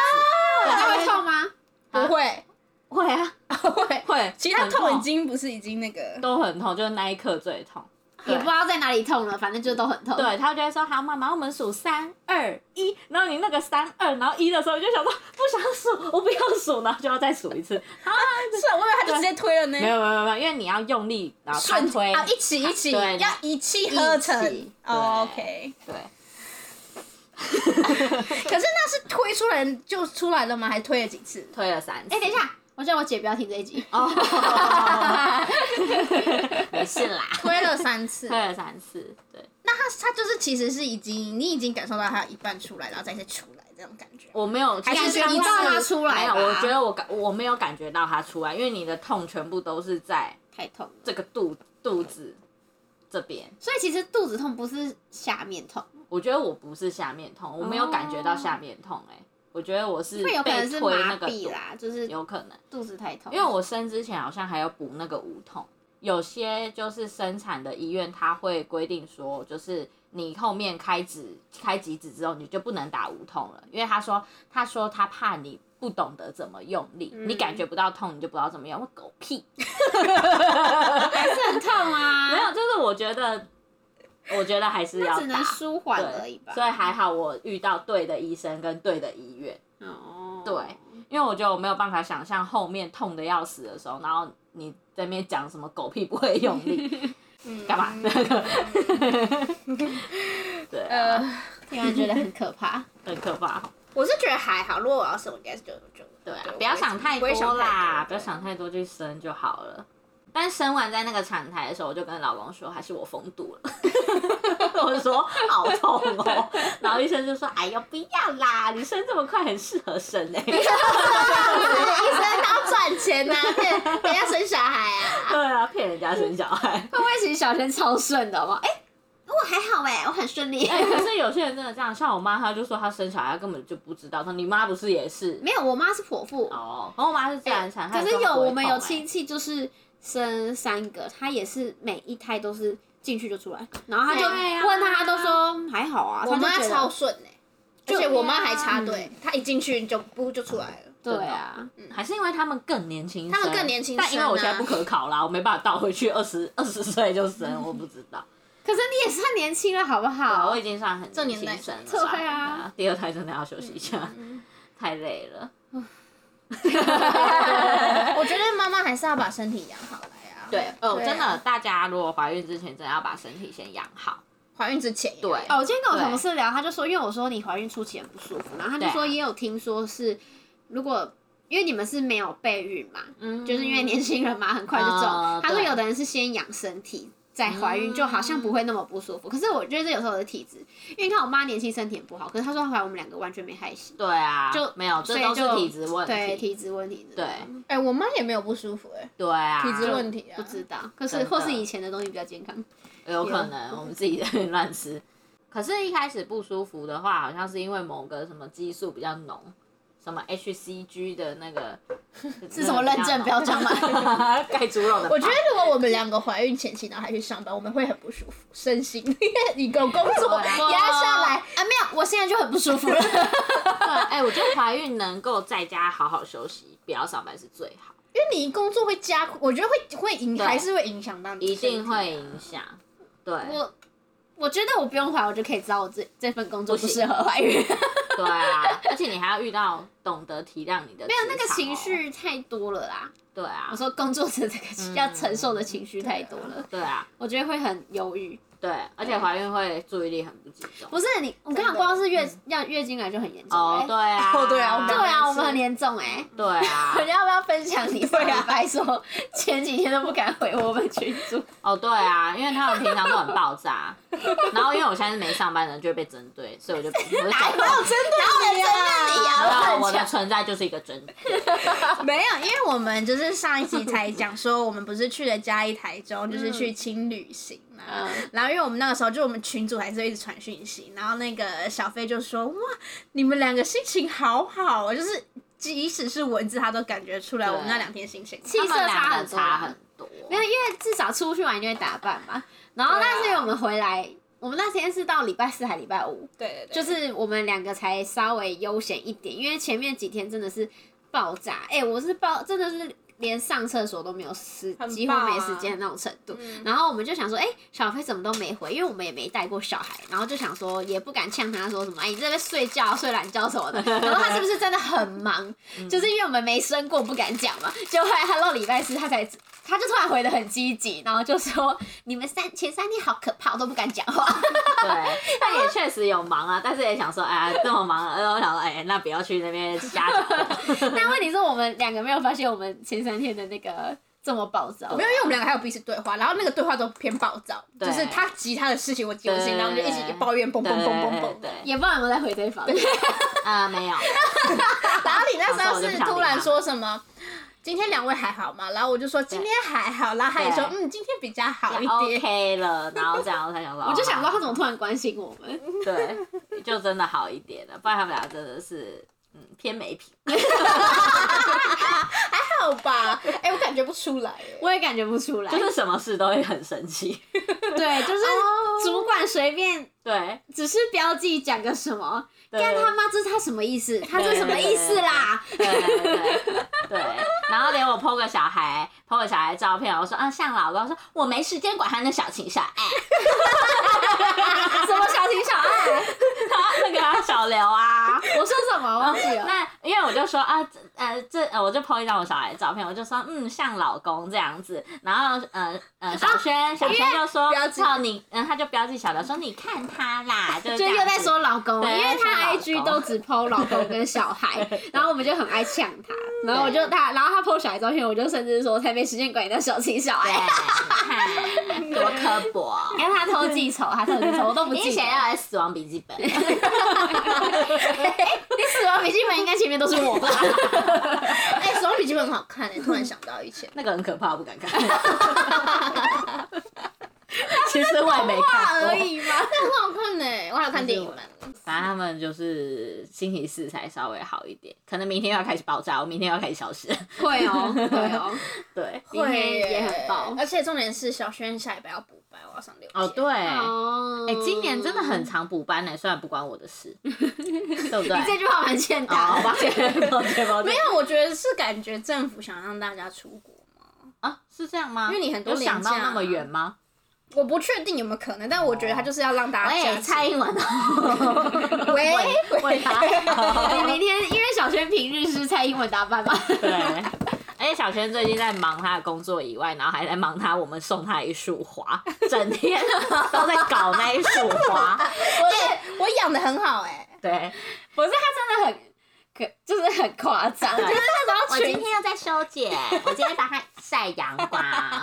那会痛吗？
啊
不 会
会啊
会，
会，
其他
很
痛已经不是已经那个，
都很痛，就是那一刻最痛。
也
对
不知道在哪里痛了，反正就都很痛。
对，他就会说好，妈妈，我们数三二一，然后你那个三二，然后一的时候，你就想说不想数，我不要数，然后就要再数一次。
是啊我以为他就直接推了呢
没，有没有没有，因为你要用力，然后他
瞬
推，
啊一起一起
对
要一气呵
一
成
起
哦
对
，OK。
对，
可是那是推出来就出来了吗？还推了几 次？
推了三次。
哎、等一，下，我叫我姐不要听这一 集。
哦，没事啦，
推了三次
推了三次，对，
那他他就是其实是已经你已经感受到他一半出来，然后再再出来这种感觉。
我没有，
还
其
是
实
觉得
刚
一
刚
次
他
出来
没有，
吧
我觉得我感我没有感觉到他出来，因为你的痛全部都是在
太痛了。
这个肚肚子这边。
所以其实肚子痛不是下面痛，
我觉得我不是下面痛，我没有感觉到下面痛、哎、我觉得我是
会有可能
被
是
推
麻
那个
痹
肚，
啦，就是
有可能，
肚子太痛。
因为我生之前好像还有补那个无痛，有些就是生产的医院他会规定说，就是你后面开指开几指之后，你就不能打无痛了，因为他说他说他怕你。不懂得怎么用力，你感觉
嗯
不到痛，你就不知道怎么用。我狗屁，
还是很痛啊，
没有，就是我觉得，我觉得还是要
那
打，
只能舒缓
对
而已吧。
所以还好我遇到对的医生跟对的医院，
哦，
对
嗯
因为我觉得我没有办法想象后面痛的要死的时候，然后你在那边讲什么狗屁不会用力
嗯
干嘛那 个，对啊、
呃，
突然觉得很可怕。
很可怕。
我是觉得还好，如果我要生，我应该是就就
对啊，
我
不要
会
想太
不会想
多啦，
太多
不要想太多，去生就好了。但生完在那个产台的时候，我就跟老公说，还是我封肚了。 我说好痛哦，然后医生就说：“哎呦，不要啦，你生这么快很适合生哎、
医生他要赚钱呐、啊 骗人家生小孩啊。
对啊，骗人家生小孩。
会不会其实小轩超顺的好不好？哎、我还好哎、我很顺利。
哎、可是有些人真的这样，像我妈，她就说她生小孩她根本就不知道。她说你妈不是也 是？
没有，我妈是剖腹，
哦，然后我妈是自然产，她
可
也
是
说
有
她不会
我们有
痛
亲
哎
戚就是生三个，她也是每一胎都是进去就出来，然后她就
对啊
问她，她都说还好啊，
我妈
她就觉得
超顺哎、而且我妈
啊
嗯还插队，她一进去就不就出来了。
对啊，
还是因为他们更年轻生，
他们更年轻
但因为
生
我现在
啊
不可考啦，我没办法倒回去二十二十岁就生，我不知道。
可是你也算年轻了好不
啊，
好
我？已经算很
这
年
年
轻
代
生了
对
啦，
啊
第二胎真的要休息一下， 太累了。
我觉得妈妈还是要把身体养好来啊。
对，哦，
对啊
真的，大家如果怀孕之前，真的要把身体先养好。
怀孕之前也
对
哦，我今天跟我同事聊，他就说，因为我说你怀孕初期很不舒服，然后他就
对啊
说也有听说是，如果因为你们是没有备孕嘛，就是因为年轻人嘛，很快就中。
嗯
他说
对嗯
有的人是先养身体。再怀孕就好像不会那么不舒服，可是我觉得这有时候我的体质，因为你看我妈年轻身体很不好，可是她说她怀我们两个完全没害心，
对啊，
就
没有，这
所以
都是
就
体质问
对
题。
体质问题，
对
哎、我妈也没有不舒服哎、
对啊，
体质问题啊。
不知道，可是
真的
或是以前的东西比较健 康，
有可能我们自己在那边乱吃。可是，一开始不舒服的话，好像是因为某个什么激素比较浓，什么 HCG 的那个
是什么认证标准 吗？
盖猪肉的吧，
我觉得如果我们两个怀孕前期，然后还去上班，我们会很不舒服，身心， 因为你有工作
对啊
压下来，
啊没有，我现在就很不舒服了，
对，哎、我觉得怀孕能够在家好好休息，不要上班是最好，
因为你工作会加，我觉得会会影，
对
还是会影响到你
一
的身体啊，
定会影响。对，
我我觉得我不用怀，我就可以知道我这这份工作
不
不
行
适合怀孕。
对啊，而且你还要遇到懂得体谅你的、
没有那个情，绪太多了啦，
对啊
我，说工作者这个要承受的情绪太多了，
嗯对啊，
我觉得会很忧郁。
对，而且怀孕会注意力很不集中。
不是你，我刚刚光是月要月经来就很严重、
嗯哦，
欸。
对啊，
哦对啊我们
对
刚
啊，我们很严重哎、
对啊
我，要不要分享你上
对
礼
啊
拜说前几天都不敢回我们群组？
哦对啊，因为他们平常都很爆炸，然后因为我现在是没上班的，就会被针对，所以 我就我就走了。
针对你啊！
然后我的存在就是一个针对，
没有，因为我们就是上一集才讲说，我们不是去了嘉义、台中，就是去轻旅行嘛。
嗯
然后因为我们那个时候，就我们群主还是会一直传讯息，然后那个小飞就说：“哇，你们两个心情好好哦，就是即使是文字，他都感觉出来我们那两天心情。”
气
他
色
们两
差
个
很多啊，
差很 多。
没有，因为至少出去玩就会打扮嘛。然后
对啊
但是因为我们回来，我们那天是到礼拜四还礼拜五，
对对对，
就是我们两个才稍微悠闲一点，因为前面几天真的是爆炸，哎、我是爆，真的是连上厕所都没有时，
很
几乎
棒啊
没时间的那种程度。
嗯
然后我们就想说，哎、小飞怎么都没回，因为我们也没带过小孩，然后就想说也不敢呛他说什么，哎、你在那边睡觉、睡懒觉什么 的。然后他是不是真的很忙？
嗯
就是因为我们没生过，不敢讲嘛。结果后来他到礼拜四，他才他就突然回的很积极，然后就说你们三前三天好可怕，我都不敢讲话。
对，但也确实有忙啊，但是也想说，哎呀，这么忙，然后我想说，哎，那不要去那边瞎搞。
但问题是我们两个没有发现我们前三天的那个这么暴躁，
没有，因为我们两个还有彼此对话，然后那个对话都偏暴躁，
对
就是他急他的事情，我急我的事情，
对
然后我们就一起抱怨，嘣嘣嘣嘣嘣。
对，
也不知道有没有在回对方。
啊，没有，
然后你那时候
我就是不想理
突然
他
说什么？今天两位还好吗？然后我就说今天还好，然后他也说
对
嗯，今天比较好一
也
点。
OK 了，然后这样我才 想说，
我就想
想
说他怎么突然关心我们？
对，就真的好一点了，不然他们俩真的是，嗯，偏没品。
还好吧？哎、我感觉不出来耶。
我也感觉不出来
就。是什么事都会很生气。
对，就是主管随便
对，
只是标记讲个什么，
对
干他妈这是他什么意思？他这什么意思啦？
对对对对， 然后连我 PO 个小孩，PO 个小孩照片，我说啊像老公，说我没时间管他那小情小爱，
什么小情小爱？
他那个啊小刘啊。
我说什么忘记了？
那因为我就说啊，这呃，这呃，我就 po 一张我小孩的照片，我就说嗯，像老公这样子。然后呃呃，小
啊
轩小轩就说，
标记
哦你，嗯、他就标记小刘说你看他啦，就是
就
这
又
样
在
子
说老公，因
哦对
为他
在说
IG
老公
都只 PO 老公跟小孩，然后我们就很爱呛他，然后我就他，然后他 PO 小孩照片，我就甚至说才没时间管你那小情小
对，
爱。
你看多刻 薄。
因为他偷记仇，他偷记仇，我都不
你
记
是
得。
想要来死亡笔记本？。
你死亡笔记本应该前面都是我吧？
哎、死亡笔记本很好看哎、突然想到以前
那个很可怕，我不敢看。 其实我也没看过
而，已吗？
那很好看哎、我还有看电影版。
反正他们就是星期四才稍微好一点，可能明天又要开始爆炸，我明天又要开始消失。
会哦，会 哦。
对，
明天也很爆
而且重点是小轩下礼拜要补班，我要上六 节。
哦对，哎、
哦，
今年真的很常补班呢、欸虽然不关我的 事，对不对？
你 这句话蛮欠
哦，
打
好
的
吧
吧？，
抱歉抱歉
没有，我觉得是感觉政府想让大家出国嘛。
啊，是这样吗？
因为你很多
有想到
廉价啊
那么远吗？
我不确定有没有可能，但我觉得他就是要让大家假
喂，
期。
蔡英文
喂，
问他。
你明天因为小轩平日是蔡英文打扮嘛，
对，而且小轩最近在忙他的工作以外，然后还在忙他我们送他一束花，整天都在搞那一束花。
哎、我养的很好哎、
对，
不是他真的很可，就是很夸张，就是那时
我
候
今
群
天又在修剪，我今天帮他晒阳光，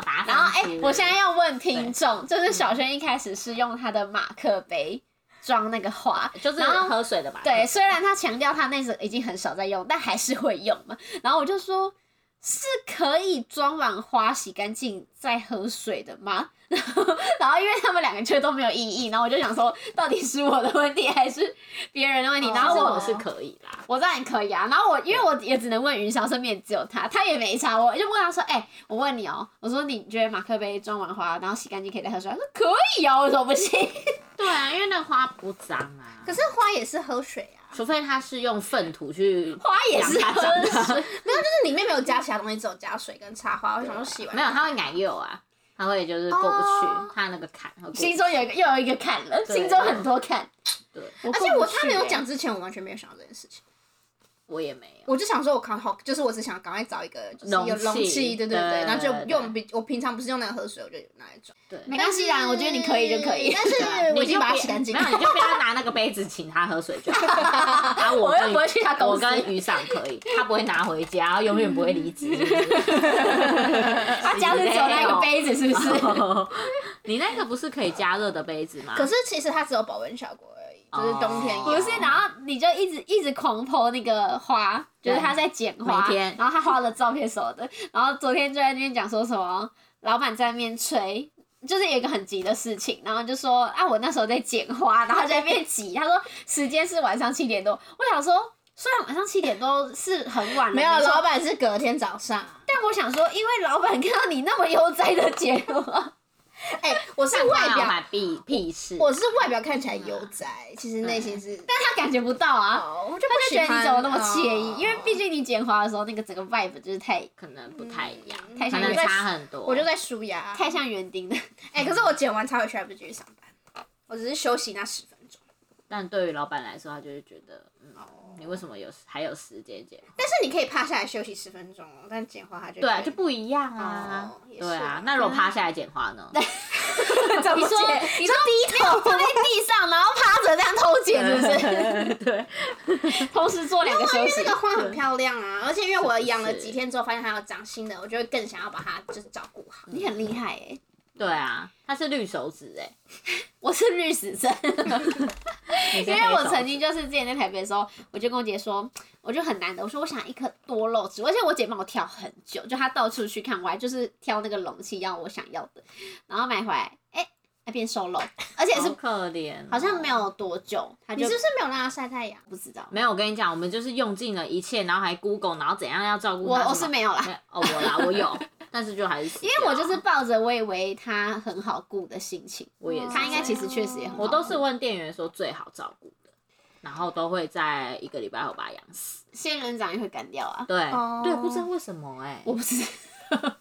把它
然后哎、我现
在
在要问听众，就是小轩一开始是用他的马克杯装那个花，
就是
然后
喝水的嘛。
对，虽然他强调他那时候已经很少在用，但还是会用嘛。 然后我就说。是可以装完花洗干净再喝水的吗？ 然后，然后因为他们两个却都没有异议，然后我就想说，到底是我的问题还是别人的问题？
哦
然
然
后
后
我
我是可以啦。
我知道你可以啊，然后我因为我也只能问云霄，身边也只有他，他也没查，我就问他说：“哎、我问你哦、我说你觉得马克杯装完花，然后洗干净可以再喝水？”他说：“可以哦、我说：“不行。
对啊，因为那花不脏啊
可。是花也是喝水啊，
除非他是用粪土去，
花也是
养它长大
喝水，
就是里面没有加其他东西，只有加水跟茶花。我想说洗完
没有，他会奶幼啊，他会就是过不
哦
去，他那个坎会过不去。
心中有一个又有一个坎了，
对
心中很多坎。
对，
而
欸
而且我他没有讲，之前，我完全没有想到这件事情。
我也没有。
我就想说，我刚好就是我只想赶快找一个就是
容
有容
器
器，对对
对对
对，然后就
对啊
用比我平常不是用那个喝水，我就拿来装。
对，
没关系啦，我觉得你可以就可以。
但是
对啊
我已
你
经
就
把它
别
洗干净
没有你就不要拿那个杯子请他喝水就好。然后我
我又
跟
不会去他公
我
司
跟雨伞可以，他不会拿回家，然后永远不会离职。
他家是只有那个杯子，是不
哦
是？
你那个不是可以加热的杯子吗？
可是其实它只有保温效果而已，就是冬天
哦
不是，然后你就一直一直狂泼那个花，就是他在剪花，
每天
然后他花的照片什么的，然后昨天就在那边讲说什么，老板在那边吹。就是有一个很急的事情，然后就说啊，我那时候在剪花，然后就在那边急。他说时间是晚上七点多，我想说虽然晚上七点多是很晚了，
没有，
啊你说
老板是隔天早上。啊
但我想说，因为老板看到你那么悠哉的结果，
哎，我是外
那
表，
买屁屁事。
我是外表看起来悠哉，其实内心是，
但他感觉不到啊，
哦，我就
他
不
就
喜
觉得
欢
你怎么那么惬意，
哦
因为毕竟你剪花的时候，那个整个 vibe 就是太
可能不
嗯
太一样，
太
可
像
能
原
差很多。
我就在舒牙。
太像园丁了。
哎，可是我剪完才回去，还不是继续上班，我只是休息那十分钟。
但对于老板来说，他就会觉得，嗯，你为什么有还有时间剪？
但是你可以趴下来休息十分钟，哦但剪花它就
对啊，就不一样啊。
哦也是
对啊，那如果趴下来剪花呢？
怎
你
么
说
剪？
你说低头放在地上，然后趴着这样偷剪，是不
对，
是？同时做两个休息
这。个花很漂亮啊，而且因为我养了
是
几天之后，发现它要长新的，我就会更想要把它就是照顾好。
你很厉害哎、
对啊，他是绿手指哎、
我是绿死症，
你是
因
黑
为
手
我
指
曾经就是之前在台北的时候，我就跟我姐说，我就很难得，我说我想一颗多肉植物，而且我姐帮我挑很久，就她到处去看，我还就是挑那个容器要我想要的，然后买回来，哎、那变瘦肉，而且
好
是
可怜哦、
好像没有多久，她
你
就是
不是没有让它晒太阳？
不知道，
没有。我跟你讲，我们就是用尽了一切，然后还 Google，然后怎样要照顾
我
他
我
什
是
么
没有啦，
没有哦，我啦，我有，但是就还是
因为我就是抱着我以为他很好顾的心情，
我也是
他应该其实确实也很好顾
我都是问店员说最好照顾的，然后都会在一个礼拜后把它养死。
仙人掌也会干掉啊，
对、
哦
对，不知道为什么哎、
我不知道，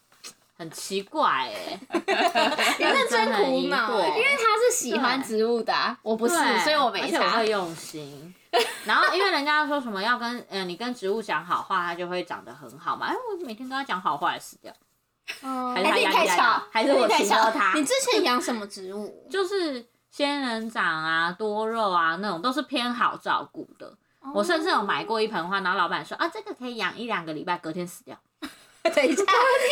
很奇怪 哎、
你认真苦恼
对，
因为他是喜欢植物的、啊，我不是，
对
所以我没
而且我
差
会。用心。然后因为人家说什么要跟呃你跟植物讲好话，它就会长得很好嘛。哎，我每天跟它讲好话也死掉，
哦
还是它
你
压
太
力太
吵
大，还是我
你太
请
吵
到它
你。之前养什么植物？
就是仙人掌啊、多肉啊那种都是偏好照顾的。我甚至有买过一盆花，然后老板说啊，这个可以养一两个礼拜，隔天死掉。
等一下，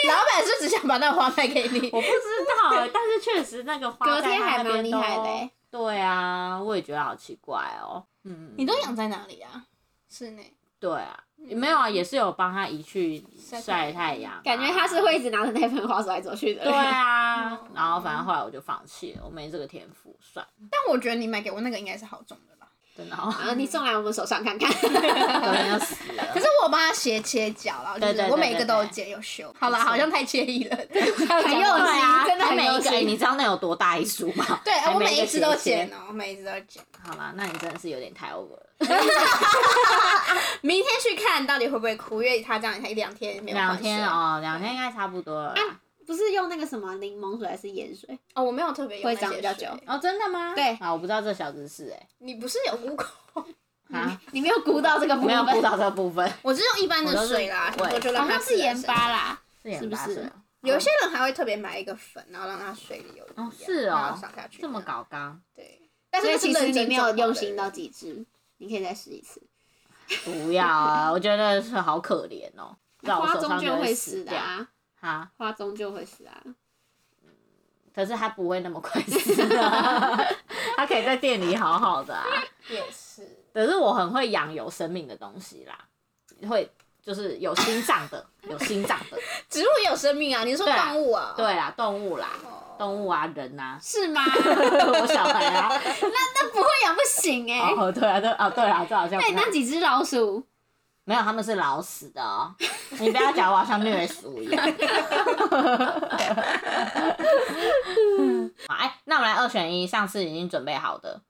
老板是只想把那个花卖给你。
我不知道哎、但是确实那个花
隔
在
天
它
还
那边
蛮厉害的
都
欸
对啊，我也觉得好奇怪哦。嗯，
你都养在哪里啊？室内。
对啊，
嗯
没有啊，也是有帮他移去晒太
晒太
阳啊，
感觉他是会一直拿着那盆花走来走去的。
对啊
嗯，
然后反正后来我就放弃了，我没这个天赋，算了，
但我觉得你买给我那个应该是好种的吧。
真 的哦，
然啊后你送来我们手上看 看。
可能要死了
可。是我帮它斜切角了，就
对对
是
对
我每一个都有剪有修。好啦，
没错
好像太惬意了。
很
很
用心
对啊，
真的
它
很
每
用
一个，
心
哎你知道那有多大一束吗？
对，
还
我
每
每
一个
一只都
斜切
剪哦，我每一只都剪。
好啦，那你真的是有点太 over 了。
明天去看到底会不会哭，因为他这样才一两天没有
两
换水
天。哦，两天应该差不多了啦。
不是用那个什么柠檬水还是盐水？
哦，我没有特别用
会
那些
长比较
水
久
哦，真的吗？
对
啊，我不知道这小知识哎，
你不是有 Google？
啊，
你没 有估到这个部分，
没有顾到这部 分，
我是用一般
我都
的
是
水啦，
我也
我就是让
好
它
像
自
是
然
盐
生
巴 啦。
是
是不
吧
是
吗
有一些人还会特别买一个粉，然后让它水里有一样
哦是哦
然后撒下去
这么。搞刚？
对，但
所以
是
其实你没有用心到
的。
极致，你可以再试一次。
不要啊，我觉得是好可怜哦，在我
花
手
终
上就
究会
死
死的
掉
啊，
哈。
花终究会死啊。，
可是他不会那么快死， 他可以在店里好好的啊。
也是，
可是我很会养有生命的东西啦，会就是有心脏 的，有心脏的。
植物也有生命啊！你是说
对啊
动物啊？
对啦，动物啦，
哦，
动物啊，人啊
是 吗？
我小孩 啊。
那不会养不行哎、
哦，对啊，对啊，对啊，这好像
那
哎
不
你那
太
几只老鼠，
没有，他们是老死的哦。你不要讲我好像虐鼠一样。 好，哎，那我们来二选一，上次已经准备好的，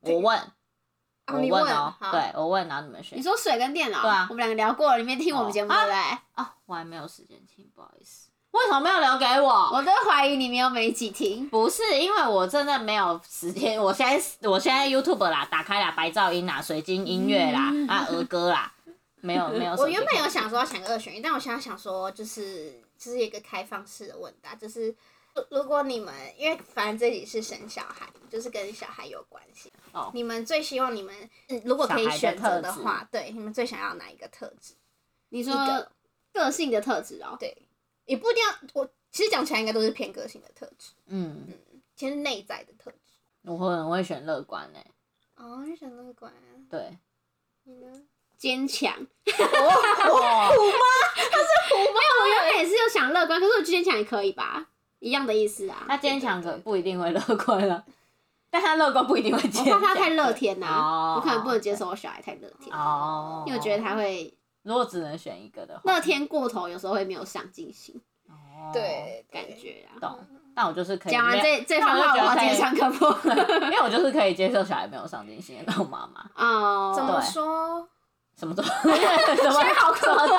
我问。
哦
我
你
问
问
哦，
好
对我问，然后你们选
你。说水跟电脑，
对啊
我们两个聊过了，你没听我们节目
哦
对不对？
哦，我还没有时间听，不好意思。为什么没有留给我？
我都怀疑你没有每一集听。
不是因为我真的没有时间，我
嗯
现在我现在 YouTube 啦，打开啦，白噪音啦，水晶音乐啦，啊儿歌啦，没有没有。
我原本有想说要想个二选一，但我现在想说就是就是一个开放式的问答，就是如如果你们因为反正这里是生小孩，就是跟小孩有关系，
哦
你们最希望你们嗯如果可以选择的
小孩
话，对你们最想要哪一个特质？
你
一
说
个
个性的特质哦，
对，也不一定要我。其实讲起来应该都是偏个性的特质，
嗯，
其实内在的特质。
我会我会选乐观诶、欸
哦，就想乐观，
对，
你呢？
坚强。
哦，
我原本也是有想乐观，可是我坚强也可以吧，一样的意思啊。
他坚强可不一定会乐观了，但他乐观不一定会坚
我
强。
怕他太乐天呐、
哦
我可能不能接受我小孩太乐天，
哦，
因为我觉得他会
如果只能选一个的话，
乐天过头，有时候会没有上进心
哦，
对，
感觉啊。
懂。但我就是可以
讲完
没有
这这番
那
话，我
我
要
就觉
接
得
上课不？
因为我就是可以接受小孩没有上进心的那种妈妈，
哦，
怎么
对
说？
什么都什么好可
但是为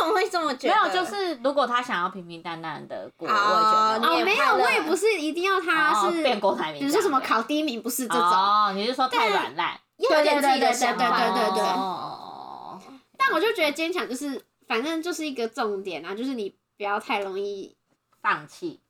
什么会这么觉
没
得？
有，就是如果他想要平平淡淡的过，
哦
我也觉
你
哦，
得
也
没
快
有，
乐
我也不是一定要他
哦
是，
变郭台铭这
比
样的，
如说什么考第一名，不是这种。
哦，你是说太软烂？
对对对对对
想
对
法
对对对。
哦
但我就觉得坚强就是，反正就是一个重点啊，就是你不要太容易
放弃。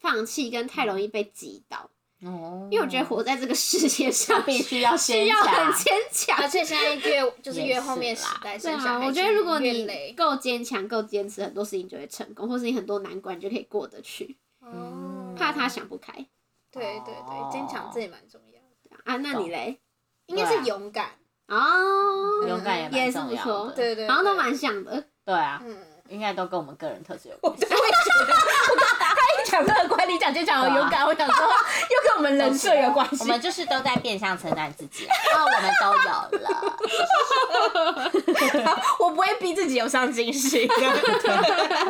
放弃，跟太容易被击倒。
哦，
因为我觉得活在这个世界上
必须 要
需
先
要很
强，
坚强
而。且现在越就是
也
越
是
后面时
啦
代
对
生小
啊，
孩，
我觉得如果
越
你
累
够坚强、够坚持，很多事情就会成功，或是你很多难关你就可以过得去。
哦
怕
嗯
他想不开
对对对，坚强这也蛮重要的，
啊，那你嘞？
应该
对啊
是勇敢，
哦，
勇敢嗯也蛮
也是
重
不
要
错
的。
对对，
好像都
对
蛮像的。
对啊，
嗯，
应该都跟我们个人特质有
我
关系。
就会觉得，他一讲乐观，你讲坚强有勇敢，我想说又跟我们人设有关系。
我们就是都在变相承担自己，然后我们都有了。
我不会逼自己有上进心的。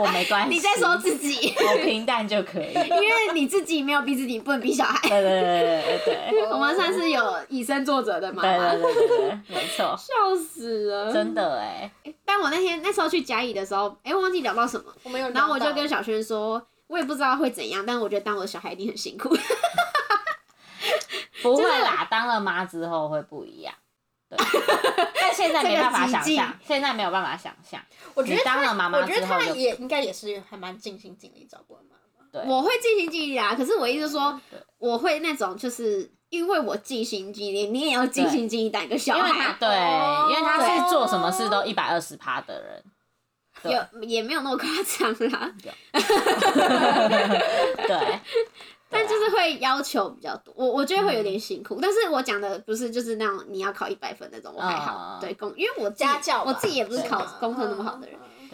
我没关系，
你在说自己，
我平淡就可以。对
因为你自己没有逼自己，不能逼小 孩。
对对对对对
我们算是有以身作则的妈嗯
对
妈
对，对对对，没错，
笑死了。
真的哎，
但我那天那时候去嘉义的时候，哎、我忘记聊到什么，
我没有，
然后我就跟小轩说，我也不知道会怎样，但我觉得当我的小孩一定很辛苦。
不会啦，当了妈之后会不一样。 对，但现在没办法想
这个极
象
致，
现在没有办法想象。
我觉
你
得
当了妈
他，我
妈
觉得
之后
他
就
也应该也是还蛮尽心尽力照顾妈妈，
我会尽心尽力啊，可是我意思说
对，
我会那种就是因为我尽心尽力，你也要尽心尽力带一个小
因为他
孩，
对，
哦
因为他是做什么事都一百二十趴的人。对
有也没有那么夸张啦，
对，
但就是会要求比较多，我我觉得会有点辛苦。但是我讲的不是就是那种你要考一百分那种，我还好，
嗯
对功，因为我自己
家教吧啊
我自己也不是
对
考
吧
功课那么好的人，
嗯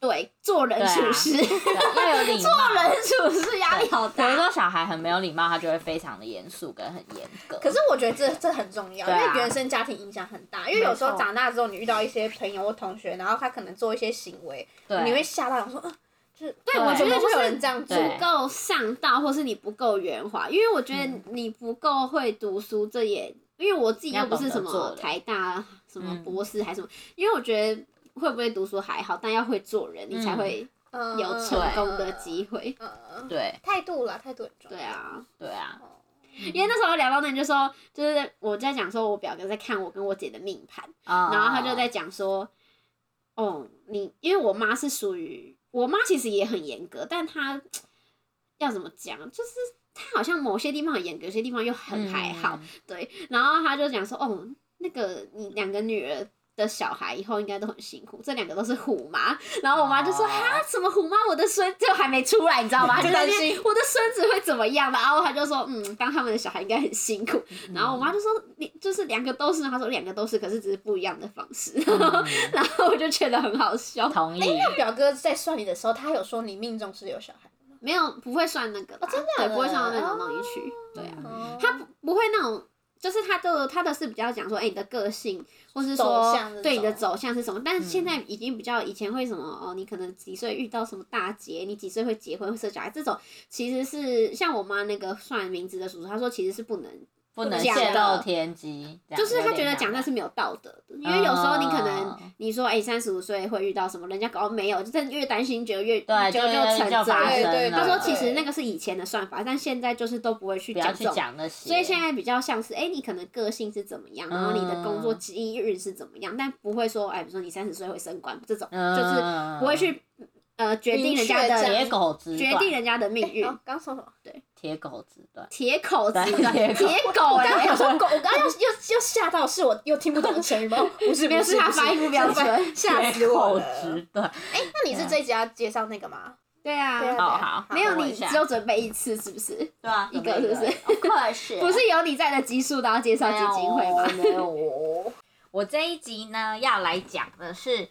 对，做人
对啊
处事、
对对要有礼貌。
做人处事压力好
有
大
时。候小孩很没有礼貌，他就会非常的严肃跟很严格。
可是我觉得这这很重要，
对
因
啊
为原生家庭影响很大。因为有时
没
候
错
长大之后，你遇到一些朋友或同学，然后他可能做一些行为，
对，
你会吓到，想说，嗯，就是
对我觉得
怎么
就
会有
是
人这样做，
对
不够上道，或是你不够圆滑，因为我觉
嗯
得你不够会读书，这也因为我自己又不是什
要懂得做
么
人
台大什么
嗯
博士还是什么，因为我觉得会不会读书还好，但要会做人，你才
嗯
会
嗯
有成功的机会。
嗯嗯嗯
对
态度啦，态度很重要。哦
对，啊，
对啊，
因为那时候聊到那，你就说，就是我在讲说，我表哥在看我跟我姐的命盘，
然
然后他就在讲说，哦，你因为我妈是属于我妈，其实也很严格，但她要怎么讲，就是她好像某些地方很严格，有些地方又很还
嗯
好，对。然后他就讲说，哦，那个你两个女儿。的小孩以后应该都很辛苦，这两个都是虎妈，然后我妈就说
哦
哈、什么虎妈，我的孙就还没出来， 你知道吗？
就
在那
担
边
心
我的孙子会怎么样吧？然后他就说，嗯，当他们的小孩应该很辛苦，然后我妈就说：“你就是两个都是吗？”她说：“两个都是，可是只是不一样的方式。
嗯
然后我就觉得很好笑，
同意，
表哥在算你的时候，他有说你命中是有小孩的吗？
没有不会算那个啦、
哦真的
对，不会算到那
哦
种东西去。对啊，
嗯
他不不会那种，就是他的他的是比较讲说，哎、你的个性，或是
走
说
向这种
对你的走向是什么。但是现在已经比较以前会什么哦，你可能几岁遇到什么大劫，你几岁会结婚会生小孩，这种其实是像我妈那个算名字的叔叔，他说其实是不能
不能
讲
泄
了
露天机，这样
就是他觉得讲那
那
是没有道德的，因为有时候你可
哦
能你说哎三十五岁会遇到什么，人家搞没有，就是越担心觉得越
对，啊
就
就
成
就发
真。
生
对对
了。
他说其
对
实那个是以前的算法，但现在就是都不会去
不要
讲这
去
种。
讲那些，
所以现在比较像是，哎、你可能个性是怎么样，然后你的工
嗯
作机遇是怎么样，但不会说，哎、比如说你三十岁会升官这种，就是
嗯
不会去呃决定人家
明确这
的
样
铁狗直
决
断，
定人家的命运。
哦刚说什么？
铁狗直断，
铁口直断，
对
铁狗
我
哎、
刚刚想说狗，我刚刚又又又吓到，是我又听不懂的成语吗？不是，
没有是他发音不标准，
吓死
铁
我
口
了。
直断。
哎，那你是这一集要介绍那个吗？
对
对啊
啊，
哦，好，
没有
我问
你
一下
只有准备一次是不是？
对啊，
一
准备
个是不是？
快是
不是有你在的集数都要介绍基金会吗？
没有哦。 我这一集呢要来讲的是，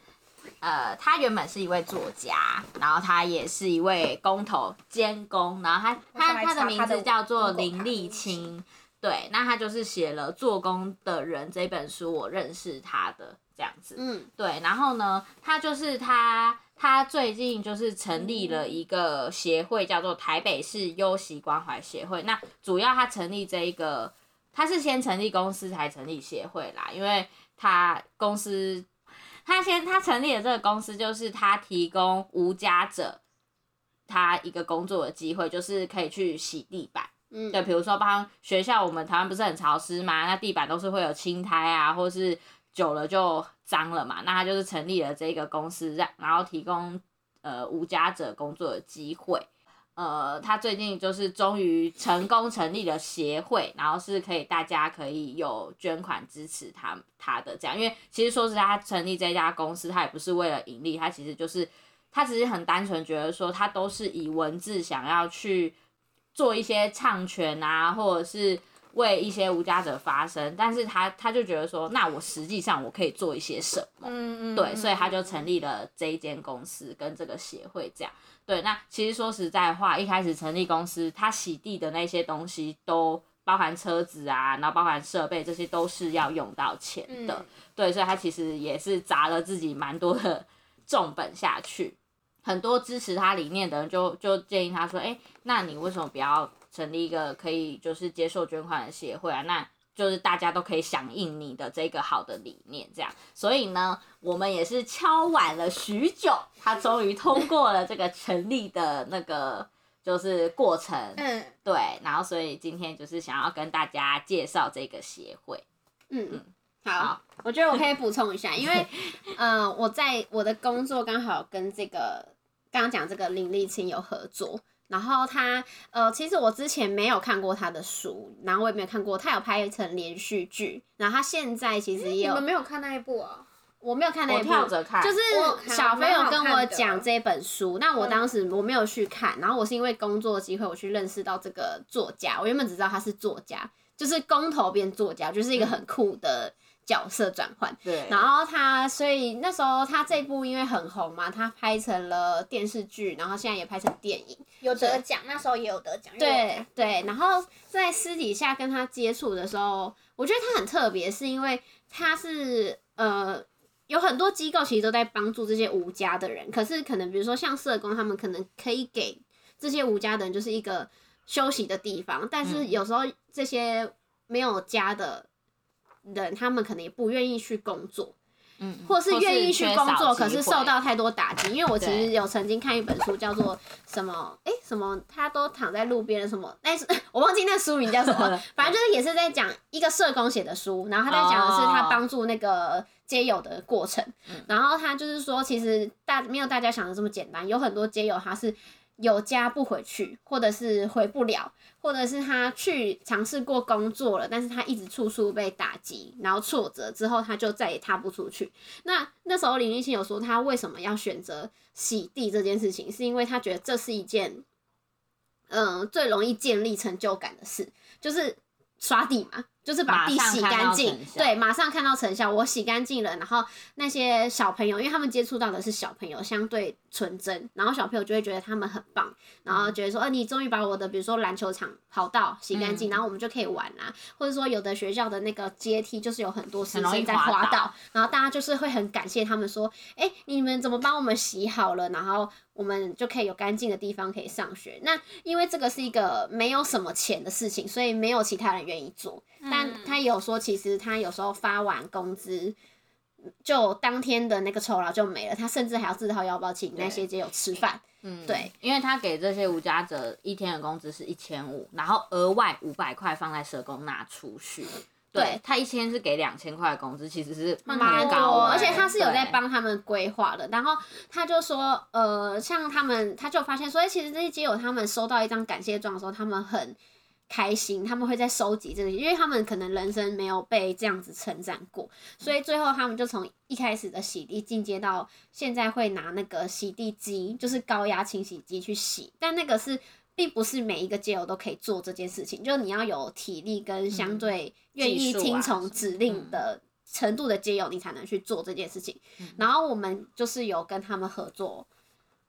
呃，他原本是一位作家，然后他也是一位工头监工，然后他
我
他
想来查
他的名
他的
字叫做
工头
林立清，对，那他就是写了《做工的人》这本书，我认识他的这样子，
嗯，
对，然后呢，他就是他，他最近就是成立了一个协会，叫做台北市优习关怀协会。那主要他成立这一个，他是先成立公司才成立协会啦，因为他公司，他先他成立的这个公司就是他提供无家者。他一个工作的机会就是可以去洗地板，
嗯
对，比如说帮学校，我们台湾不是很潮湿嘛，那地板都是会有青苔啊，或是久了就脏了嘛。那他就是成立了这个公司，让然后提供呃无家者工作的机会。呃，他最近就是终于成功成立了协会，然后是可以大家可以有捐款支持他他的这样，因为其实说实在，他成立这家公司，他也不是为了盈利，他其实就是他只是很单纯觉得说，他都是以文字想要去做一些唱权啊，或者是为一些无家者发声，但是他他就觉得说，那我实际上我可以做一些什么？
嗯嗯，
对，所以他就成立了这一间公司跟这个协会这样。对，那其实说实在话，一开始成立公司，他洗地的那些东西都包含车子啊，然后包含设备，这些都是要用到钱的。
嗯
对，所以他其实也是砸了自己蛮多的重本下去。很多支持他理念的人就就建议他说：“哎、那你为什么不要成立一个可以就是接受捐款的协会啊？那就是大家都可以响应你的这个好的理念，这样。所以呢，我们也是敲碗了许久，他终于通过了这个成立的那个就是过程，
嗯，
对。然后所以今天就是想要跟大家介绍这个协会。
嗯，
好
好，我觉得我可以补充一下，因为，嗯、我在我的工作刚好跟这个刚刚讲这个林立清有合作，然后他，呃，其实我之前没有看过他的书，然后我也没有看过，他有拍成连续剧，然后他现在其实也
你
有，
们没有看那一部啊？
我没有看那
我
一部，
跳着看，
就
我有看
是小飞有跟
蛮好
我
看的
讲这本书，那我当时我没有去看，然后我是因为工作机会我去认识到这个作家，我原本只知道他是作家，就是公投变作家，就是一个很酷的角色转换。
对，
然后他，所以那时候他这部因为很红嘛，他拍成了电视剧，然后现在也拍成电影。
有得奖，那时候也有得奖。因为我有
对
看，
对，然后在私底下跟他接触的时候，我觉得他很特别，是因为他是呃有很多机构其实都在帮助这些无家的人，可是可能比如说像社工，他们可能可以给这些无家的人就是一个休息的地方，但是
嗯
有时候这些没有家的人，他们可能也不愿意去工作，
嗯，
或是愿意去工作，可
或缺
是
少机会
受到太多打击。因为我其实
对，
有曾经看一本书，叫做什么？哎、什么？他都躺在路边的什么？那是 我忘记那书名叫什么反正就是也是在讲一个社工写的书，然后他在讲的是
哦
他帮助那个街友的过程。
嗯
然后他就是说，其实大没有大家想的这么简单，有很多街友他是。有家不回去，或者是回不了，或者是他去尝试过工作了，但是他一直处处被打击，然后挫折之后，他就再也踏不出去。那那时候林立清有说，他为什么要选择洗地这件事情，是因为他觉得这是一件，呃嗯、最容易建立成就感的事，就是刷地嘛。就是把地
马上
洗
看到
干净
成，效
对，马上看到成效，我洗干净了，然后那些小朋友，因为他们接触到的是小朋友，相对纯真，然后小朋友就会觉得他们很棒，然
嗯
后觉得说，呃，你终于把我的比如说篮球场跑道洗干
嗯
净，然后我们就可以玩啊啦、或者说有的学校的那个阶梯就是有很多师
很容
生
易
在
滑
滑
倒
倒，然后大家就是会很感谢他们说，哎、你们怎么帮我们洗好了，然后我们就可以有干净的地方可以上学。那因为这个是一个没有什么钱的事情，所以没有其他人愿意做。但
嗯
他也有说，其实他有时候发完工资。就当天的那个酬劳就没了，他甚至还要自掏腰包请那些街友吃饭。
嗯，
对，
因为他给这些无家者一天的工资是一千五，然后额外五百块放在社工那储蓄。
对
他一天是给两千块的工资，其实是
蛮
蛮高
多，
的，欸
而且他是有在
对
帮他们规划的。然后他就说，呃，像他们，他就发现说，哎、其实这些街友他们收到一张感谢状的时候，他们很开心，他们会在收集这个，因为他们可能人生没有被这样子称赞过，所以最后他们就从一开始的洗地进阶到现在会拿那个洗地机，就是高压清洗机去洗，但那个是。并不是每一个街友都可以做这件事情，就是你要有体力跟相对愿意
嗯技术啊
听
什
从
么
指令的程度的街友，你才能去做这件事情。
嗯
然后我们就是有跟他们合作，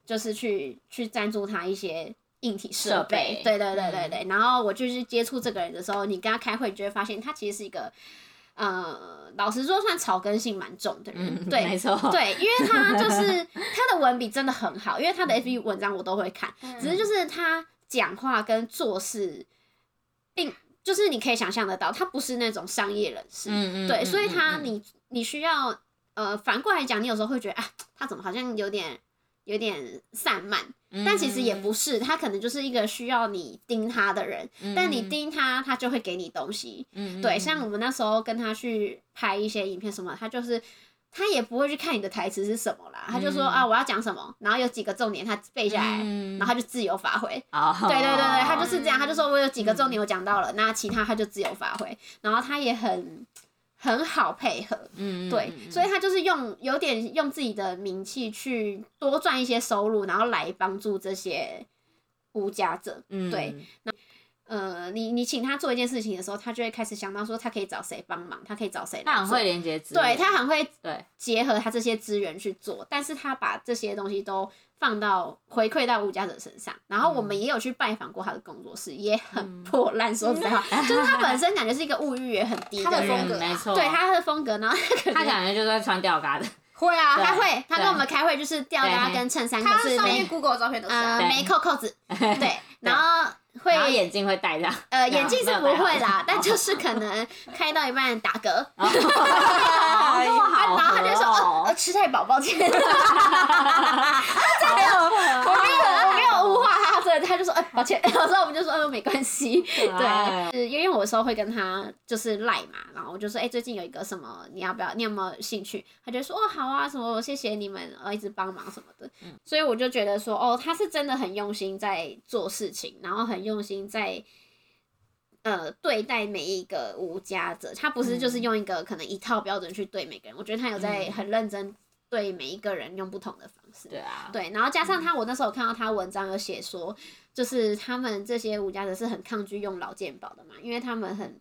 就是去去赞助他一些硬体设
设备嗯
对对对对对。然后我就是接触这个人的时候，你跟他开会，你就会发现他其实是一个，呃，老实说算草根性蛮重的人，
嗯，
对
没。错，
对，因为他就是 他的文笔真的很好，因为
嗯
他的 FB 文章我都会看，只
嗯
是就是他讲话跟做事，并就是你可以想象得到，他不是那种商业人士，
嗯，嗯嗯，
对，所以他
嗯嗯
你你需要呃，反过来讲，你有时候会觉得啊，他怎么好像有点有点散漫，
嗯
但其实也不是，他可能就是一个需要你盯他的人，但你，盯他，他就会给你东西。
嗯嗯嗯嗯嗯
对，像我们那时候跟他去拍一些影片什么，他就是。他也不会去看你的台词是什么啦，他就说
嗯
啊我要讲什么，然后有几个重点他背下来，
嗯
然后他就自由发挥。
哦，
对对对对，他就是这样，他就说我有几个重点我讲到了，那其他他就自由发挥，然后他也很很好配合，
嗯，嗯
对，
嗯
所以他就是用有点用自己的名气去多赚一些收入，然后来帮助这些无家者。
嗯
对，呃，你你请他做一件事情的时候，他就会开始想到说他可以找谁帮忙，他可以找谁来
他很
做
会，连接资
对
源，
他很会
对，
结合他这些资源去做，但是他把这些东西都放到回馈到吴家者身上。然后我
嗯
们也有去拜访过他的工作室，也很破烂，说实话， 就是他本身感觉是一个物欲也很低
他的
的
风
人。
格啊
嗯没错，
对他的风格，然后
他感觉就是在穿吊嘎的，
会啊，
对
他会，他跟
对
我们开会就是吊搭跟衬衫，
他
可是
上面
没
Google 的照片都是啊、
呃
对
没扣扣子，对，然后
然后
会
眼镜会戴这样，
呃眼镜是不会啦，
没有戴好
但就是可能开到一半打嗝，
哦这么哦好，
然后他就说呃呃
说，
吃太饱，抱歉，真的，我没有没有污化他，对，他就说哎抱歉， 然后我们就说呃没关系，
哎
对，是因为我有时候会跟他就是赖嘛，然后我就说，哎、最近有一个什么，你要不要？你有没有兴趣？他就说，哦，好啊，什么，谢谢你们，呃，一直帮忙什么的。所以我就觉得说，哦，他是真的很用心在做事情，然后很用心在。呃，对待每一个无家者，他不是就是用一个可能一套标准去对每个人，我觉得他有在
嗯
很认真对每一个人用不同的方式。
对啊，
对，然后加上他，我那时候有看到他文章有写说，就是他们这些无家者是很抗拒用劳健保的嘛，因为他们很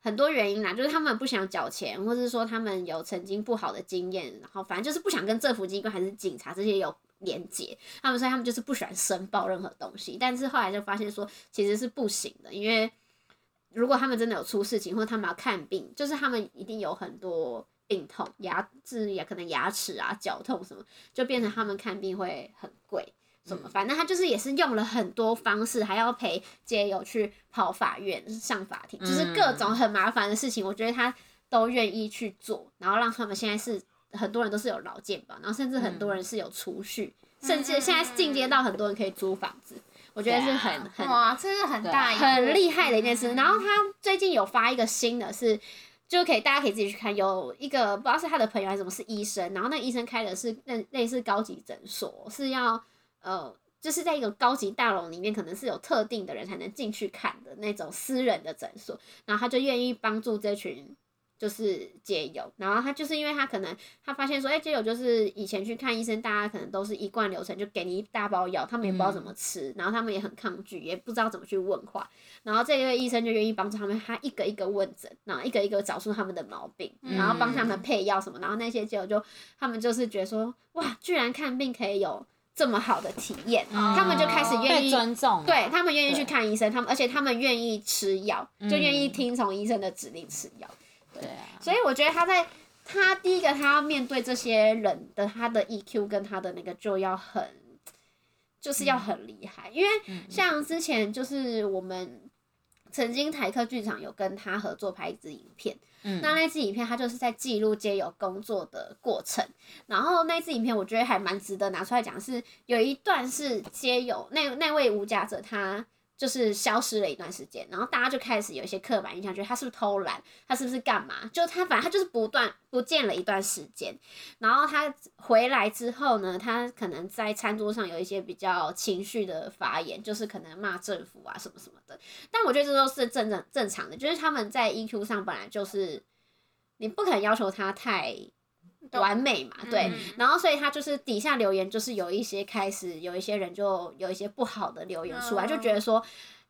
很多原因啦，就是他们不想缴钱，或是说他们有曾经不好的经验，然后反正就是不想跟政府机关还是警察这些有连结，他们说他们就是不喜欢申报任何东西，但是后来就发现说其实是不行的，因为如果他们真的有出事情，或者他们要看病，就是他们一定有很多病痛，牙治也可能牙齿啊、脚痛什么，就变成他们看病会很贵。什么，反正他就是也是用了很多方式，还要陪街友去跑法院、上法庭，就是各种很麻烦的事情，我觉得他都愿意去做，然后让他们现在是很多人都是有劳健保，然后甚至很多人是有储蓄，甚至现在进阶到很多人可以租房子，我觉得是很很
哇，这是很大一步
很厉害的一件事。然后他最近有发一个新的是，就可以大家可以自己去看，有一个不知道是他的朋友还是什么是医生，然后那个医生开的是类类似高级诊所，是要呃。就是在一个高级大楼里面，可能是有特定的人才能进去看的那种私人的诊所，然后他就愿意帮助这群就是街友，然后他就是因为他可能他发现说，哎、街友就是以前去看医生，大家可能都是一贯流程，就给你一大包药，他们也不知道怎么吃，然后他们也很抗拒，也不知道怎么去问话，然后这位医生就愿意帮助他们，他一个一个问诊，然后一个一个找出他们的毛病，然后帮他们配药什么，然后那些街友就他们就是觉得说，哇，居然看病可以有这么好的体验，他们就开始愿
被
意
尊重啊，
对他们愿意去
哦对
看医生，他们而且他们愿意吃药，就愿意听从医生的指令吃药。
对啊，
所以我觉得他在他第一个他要面对这些人的他的 EQ 跟他的那个就要很，就是要很厉害，因为像之前就是我们。曾经台客剧场有跟他合作拍一支影片，
嗯
那那支影片他就是在记录街友工作的过程，然后那支影片我觉得还蛮值得拿出来讲，是有一段是街友那那位无家者他就是消失了一段时间，然后大家就开始有一些刻板印象，觉得他是不是偷懒，他是不是干嘛？就他反正他就是不断不见了一段时间，然后他回来之后呢，他可能在餐桌上有一些比较情绪的发言，就是可能骂政府啊什么什么的。但我觉得这都是正正正常的，就是他们在 EQ 上本来就是你不可能要求他太
懂
完美嘛，对。
嗯
然后所以他就是底下留言就是有一些开始有一些人就有一些不好的留言出来，
哦
就觉得说，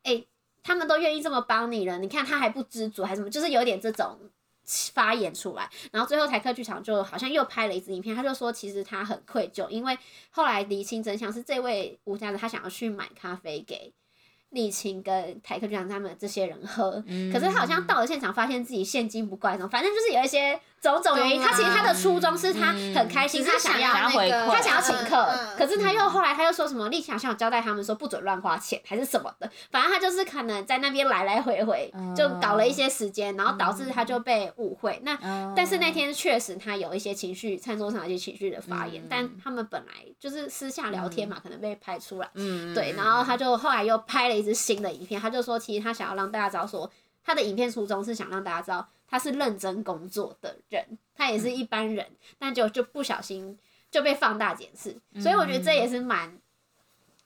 哎、他们都愿意这么帮你了，你看他还不知足还是什么，就是有点这种发言出来。然后最后台客剧场就好像又拍了一支影片，他就说其实他很愧疚，因为后来厘清真相是这位吴家的他想要去买咖啡给沥青跟台客剧场他们这些人喝，
嗯
可是他好像到了现场发现自己现金不够，然后反正就是有一些种种原因。
懂啊
他其实他的初衷是他
嗯
很开心，
只
他
是
想
要
要。
那个
他
他想要请客，
嗯嗯
可是他又后来他又说什么立强想交代他们说不准乱花钱还是什么的，反正他就是可能在那边来来回回
嗯
就搞了一些时间，然后导致他就被误会。那
嗯
但是那天确实他有一些情绪，餐桌上有一些情绪的发言
嗯，
但他们本来就是私下聊天嘛，可能被拍出来。
嗯
对，然后他就后来又拍了一支新的影片，他就说其实他想要让大家知道说，他的影片初衷是想让大家知道他是认真工作的人，他也
嗯
是一般人，但就就不小心就被放大检视，
嗯
所以我觉得这也是蛮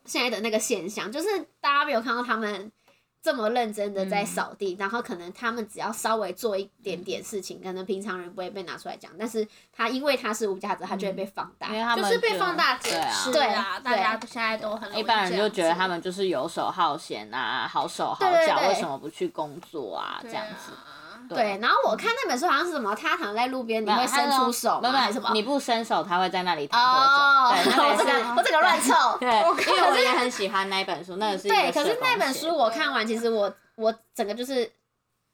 现在的那个现象，就是大家没有看到他们。这么认真的
嗯
在扫地，然后可能他们只要稍微做一点点事情，可能平常人不会被拿出来讲，但是他因为他是无价值，他就会被放大。
嗯因为他们
就是被放大解
对啊
释
对
啊，大家现在都很容易
一般人就觉得他
们
们就是游手好闲啊，好手好
对
脚，
对
为什么不去工作啊？这样子，
对，然后我看那本书好像是什么，他躺在路边，你会伸出手吗？
没有没
还
有
是什么？
你不伸手，他会在那里躺
哦，
多久？对，
我
那
这
个
个
是
我这个乱 凑。
对，因为我也很喜欢那一本书，那个是一个
对，可是
社工
那本
写
书
的
我看完，其实我我整个就是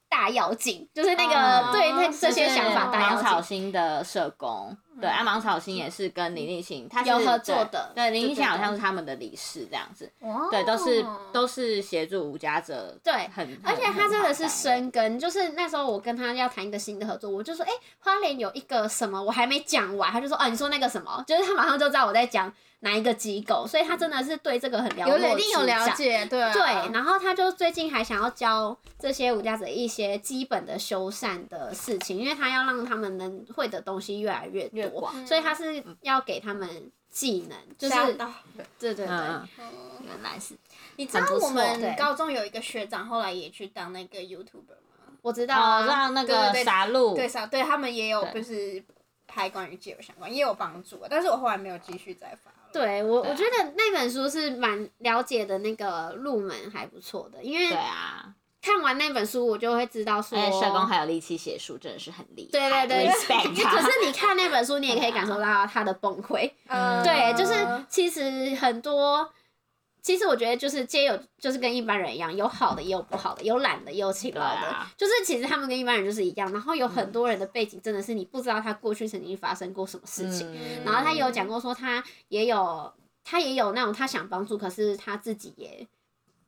大要进，就是那个
哦
对那这些想法大
芒
要
草
进。
星的社工，对，啊，芒草星也是跟林立行，他是
有合作的
对，对林立行
对对
好像是他们的理事这样子，
哦
对，都是都是协助无家者，
对
很，
而且他真的是
生，
深耕，就是那时候我跟他要谈一个新的合作，我就说，哎、花莲有一个什么，我还没讲完，他就说，哦、你说那个什么，就是他马上就知道我在讲哪一个机构，所以他真的是对这个很了
有
解，
一定有了解，对啊
对，
嗯
然后他就最近还想要教这些无家者一些基本的修缮的事情，因为他要让他们能会的东西越来越多，
越广
所以他是要给他们技能，就是
吓到
对对对，
嗯，
嗯
原来是，
你知道
很不错
我们
对
高中有一个学长，后来也去当那个 YouTuber 吗？
我知道
哦，
啊，
让那
对
个
对对
傻鹿，
对，少对他们也有就
对
是拍关于街友相关，也有帮助啊，但是我后来没有继续再发了。
对我
对啊
我觉得那本书是蛮了解的那个入门还不错的，因
对
为
啊，
看完那本书我就会知道说，
而且哎社工还有力气写书，真的是很厉
对
害，
对对
respect
可
他，
是你看那本书，你也可以感受到他的崩溃。
嗯
对，就是其实很多，其实我觉得就是街友就是跟一般人一样，有好的也有不好的，有懒的也有勤劳
对
的
啊，
就是其实他们跟一般人就是一样。然后有很多人的背景真的是你不知道他过去曾经发生过什么事情，
嗯
然后他也有讲过说他也有他也有那种他想帮助，可是他自己也。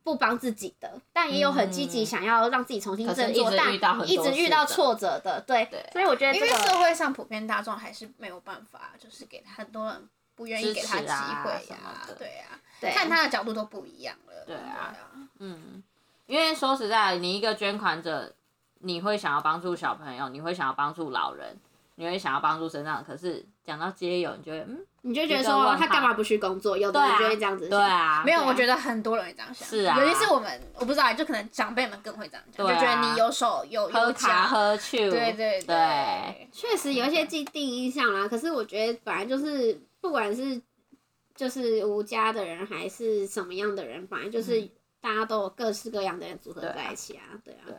不帮自己的，但也有很积极
嗯
想要让自己重新
可是
振
一
作，
直遇到很
但一
多
直
事
遇到
的
挫折的，对
对。
所以我觉得
因
这
为
个
社会上普遍大众还是没有办法，就是给他很多人不愿意给他
支
机
持啊
会
什么
呀
的，
对呀，
对
看他的角度都不一样了。对
啊，嗯，因为说实在，你一个捐款者，你会想要帮助小朋友，你会想要帮助老人，你会想要帮助身上，可是讲到街友，你觉得嗯，
你就觉得
一个
说哦
问号
他干嘛不去工作？有的
对
人
啊，
就会这样子
对
想。
啊，
没有，
对啊
我觉得很多人会这样想，
是啊
尤其是我们，我不知道，就可能长辈们更会这样讲，
对啊
就觉得你有手有
喝
有
啊
茶
脚，
喝去，
对对
对，
确实有一些既定印象啦，可是我觉得本来就是，不管是就是无家的人还是什么样的人，本来就是大家都有各式各样的人组合
嗯对啊
在一起啊，对啊。
对啊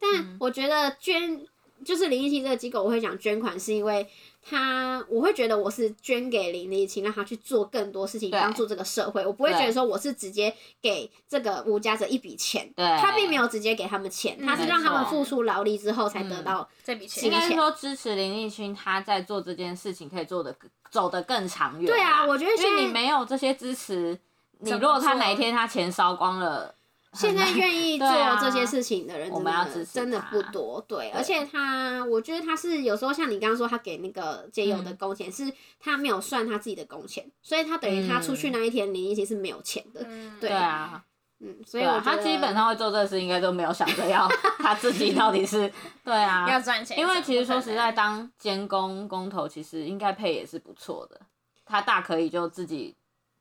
但我觉得捐就是林立清这个机构，我会想捐款，是因为他我会觉得我是捐给林立清，让他去做更多事情，
对
帮助这个社会。我不会
对
觉得说我是直接给这个无家者一笔钱，
对，
他并没有直接给他们钱，
嗯
他是
嗯没
让他们
错
付出劳力之后才得
嗯
到
这笔
应
应
钱
该。
该是说支持林立勋，他在做这件事情可以做的走得更长远啦。
对啊，我觉得
因
现
为
在
你没有这些支持，你
怎
如
么
果他哪一
做
天他钱烧光了，
现在愿意做
对啊
这些事情的人
我
真
们要
的
支持
真的
他
不多，对，而且他，我觉得他是有时候像你刚刚说，他给那个街友的
嗯
工钱、是他没有算他自己的工钱，所以他等于他出去
嗯
那一天，林一奇是没有钱的，
嗯
对
对啊，
嗯，所
对
以我
啊，
觉
他
得
基本上会做这个事，应该都没有想着 要他自己到底是对
要
啊。
赚钱，
因为其实说实在，
的，
当监工工头，其实应该配也是不错的。他大可以就自己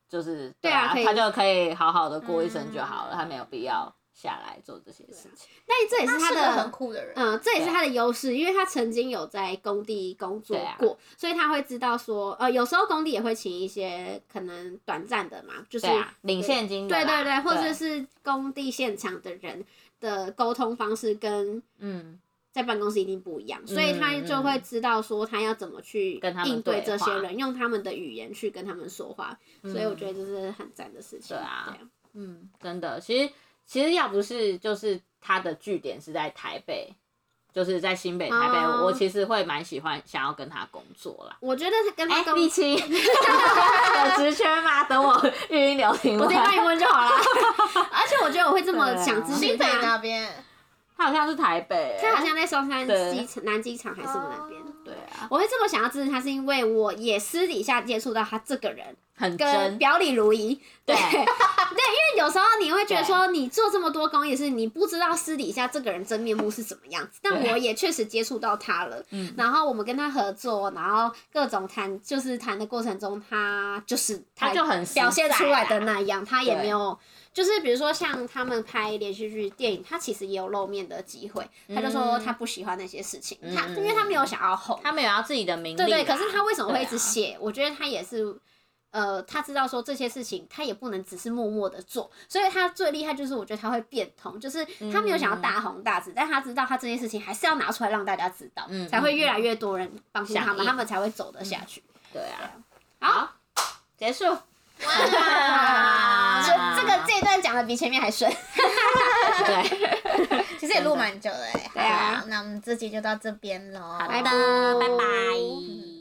就是
对
对
啊
啊，
可以
他就可以好好的过一生就好了，
嗯
他没有必要下来做这
啊
些事情。
但这也是他
他是个很
的。
酷的人，
嗯，这也是他的优势，因为他曾经有在工地工作
对啊
过，所以他会知道说，呃，有时候工地也会请一些可能短暂的嘛，就是
对啊，领现金的
对对
啦
对，或者是工地现场的人的沟通方式跟
嗯，
在办公室一定不一样，所以他就会知道说他要怎么去
跟他们
应对
对
这
话嗯
些人，用他们的语言去跟他们说话，所以我觉得这是很赞的事情。
对啊
啊
嗯，真的，其实其实要不是就是他的据点是在台北，就是在新北、台北，
哦
我其实会蛮喜欢想要跟他工作啦。
我觉得跟他跟、
立 青有职缺吗？等我语音聊停
我直接帮
完。
你问就 好了。而且我觉得我会这么
对啊
想支持
新北
他，
那边，
他好像是台北，
他好像在松山
对
机场南机场还是什么那边。
对啊，
我会这么想要支持他，是因为我也私底下接触到他这个人，
很
跟
真，
表里如一。
对
对，因为有时候你会觉得说，你做这么多公益是你不知道私底下这个人真面目是什么样子。但
对
我也确实接触到他了，
嗯，
然后我们跟他合作，然后各种谈，就是谈的过程中，他就是
他就很实
表现出来
在
的
啊
那样，他也
对
没有。就是比如说像他们拍连续剧、电影，他其实也有露面的机会。他就说
嗯
他不喜欢那些事情，他因为他没有想要红，
他们有要自己的名利啦，
对对，可是他为什么会一直
对啊
写？我觉得他也是，呃，他知道说这些事情他也不能只是默默的做，所以他最厉害就是我觉得他会变通，就是他没有想要
嗯
大红大紫，但他知道他这件事情还是要拿出来让大家知道，
嗯
才会越来越多人帮助他
响
们，
应
他们才会走得下去。
对啊，
好，
结束。
啊，这这个这一段讲的比前面还顺，
对，
其实也录蛮久的哎。
对啊
好，那我们这集就到这边喽。
好
拜
的，
拜
拜拜。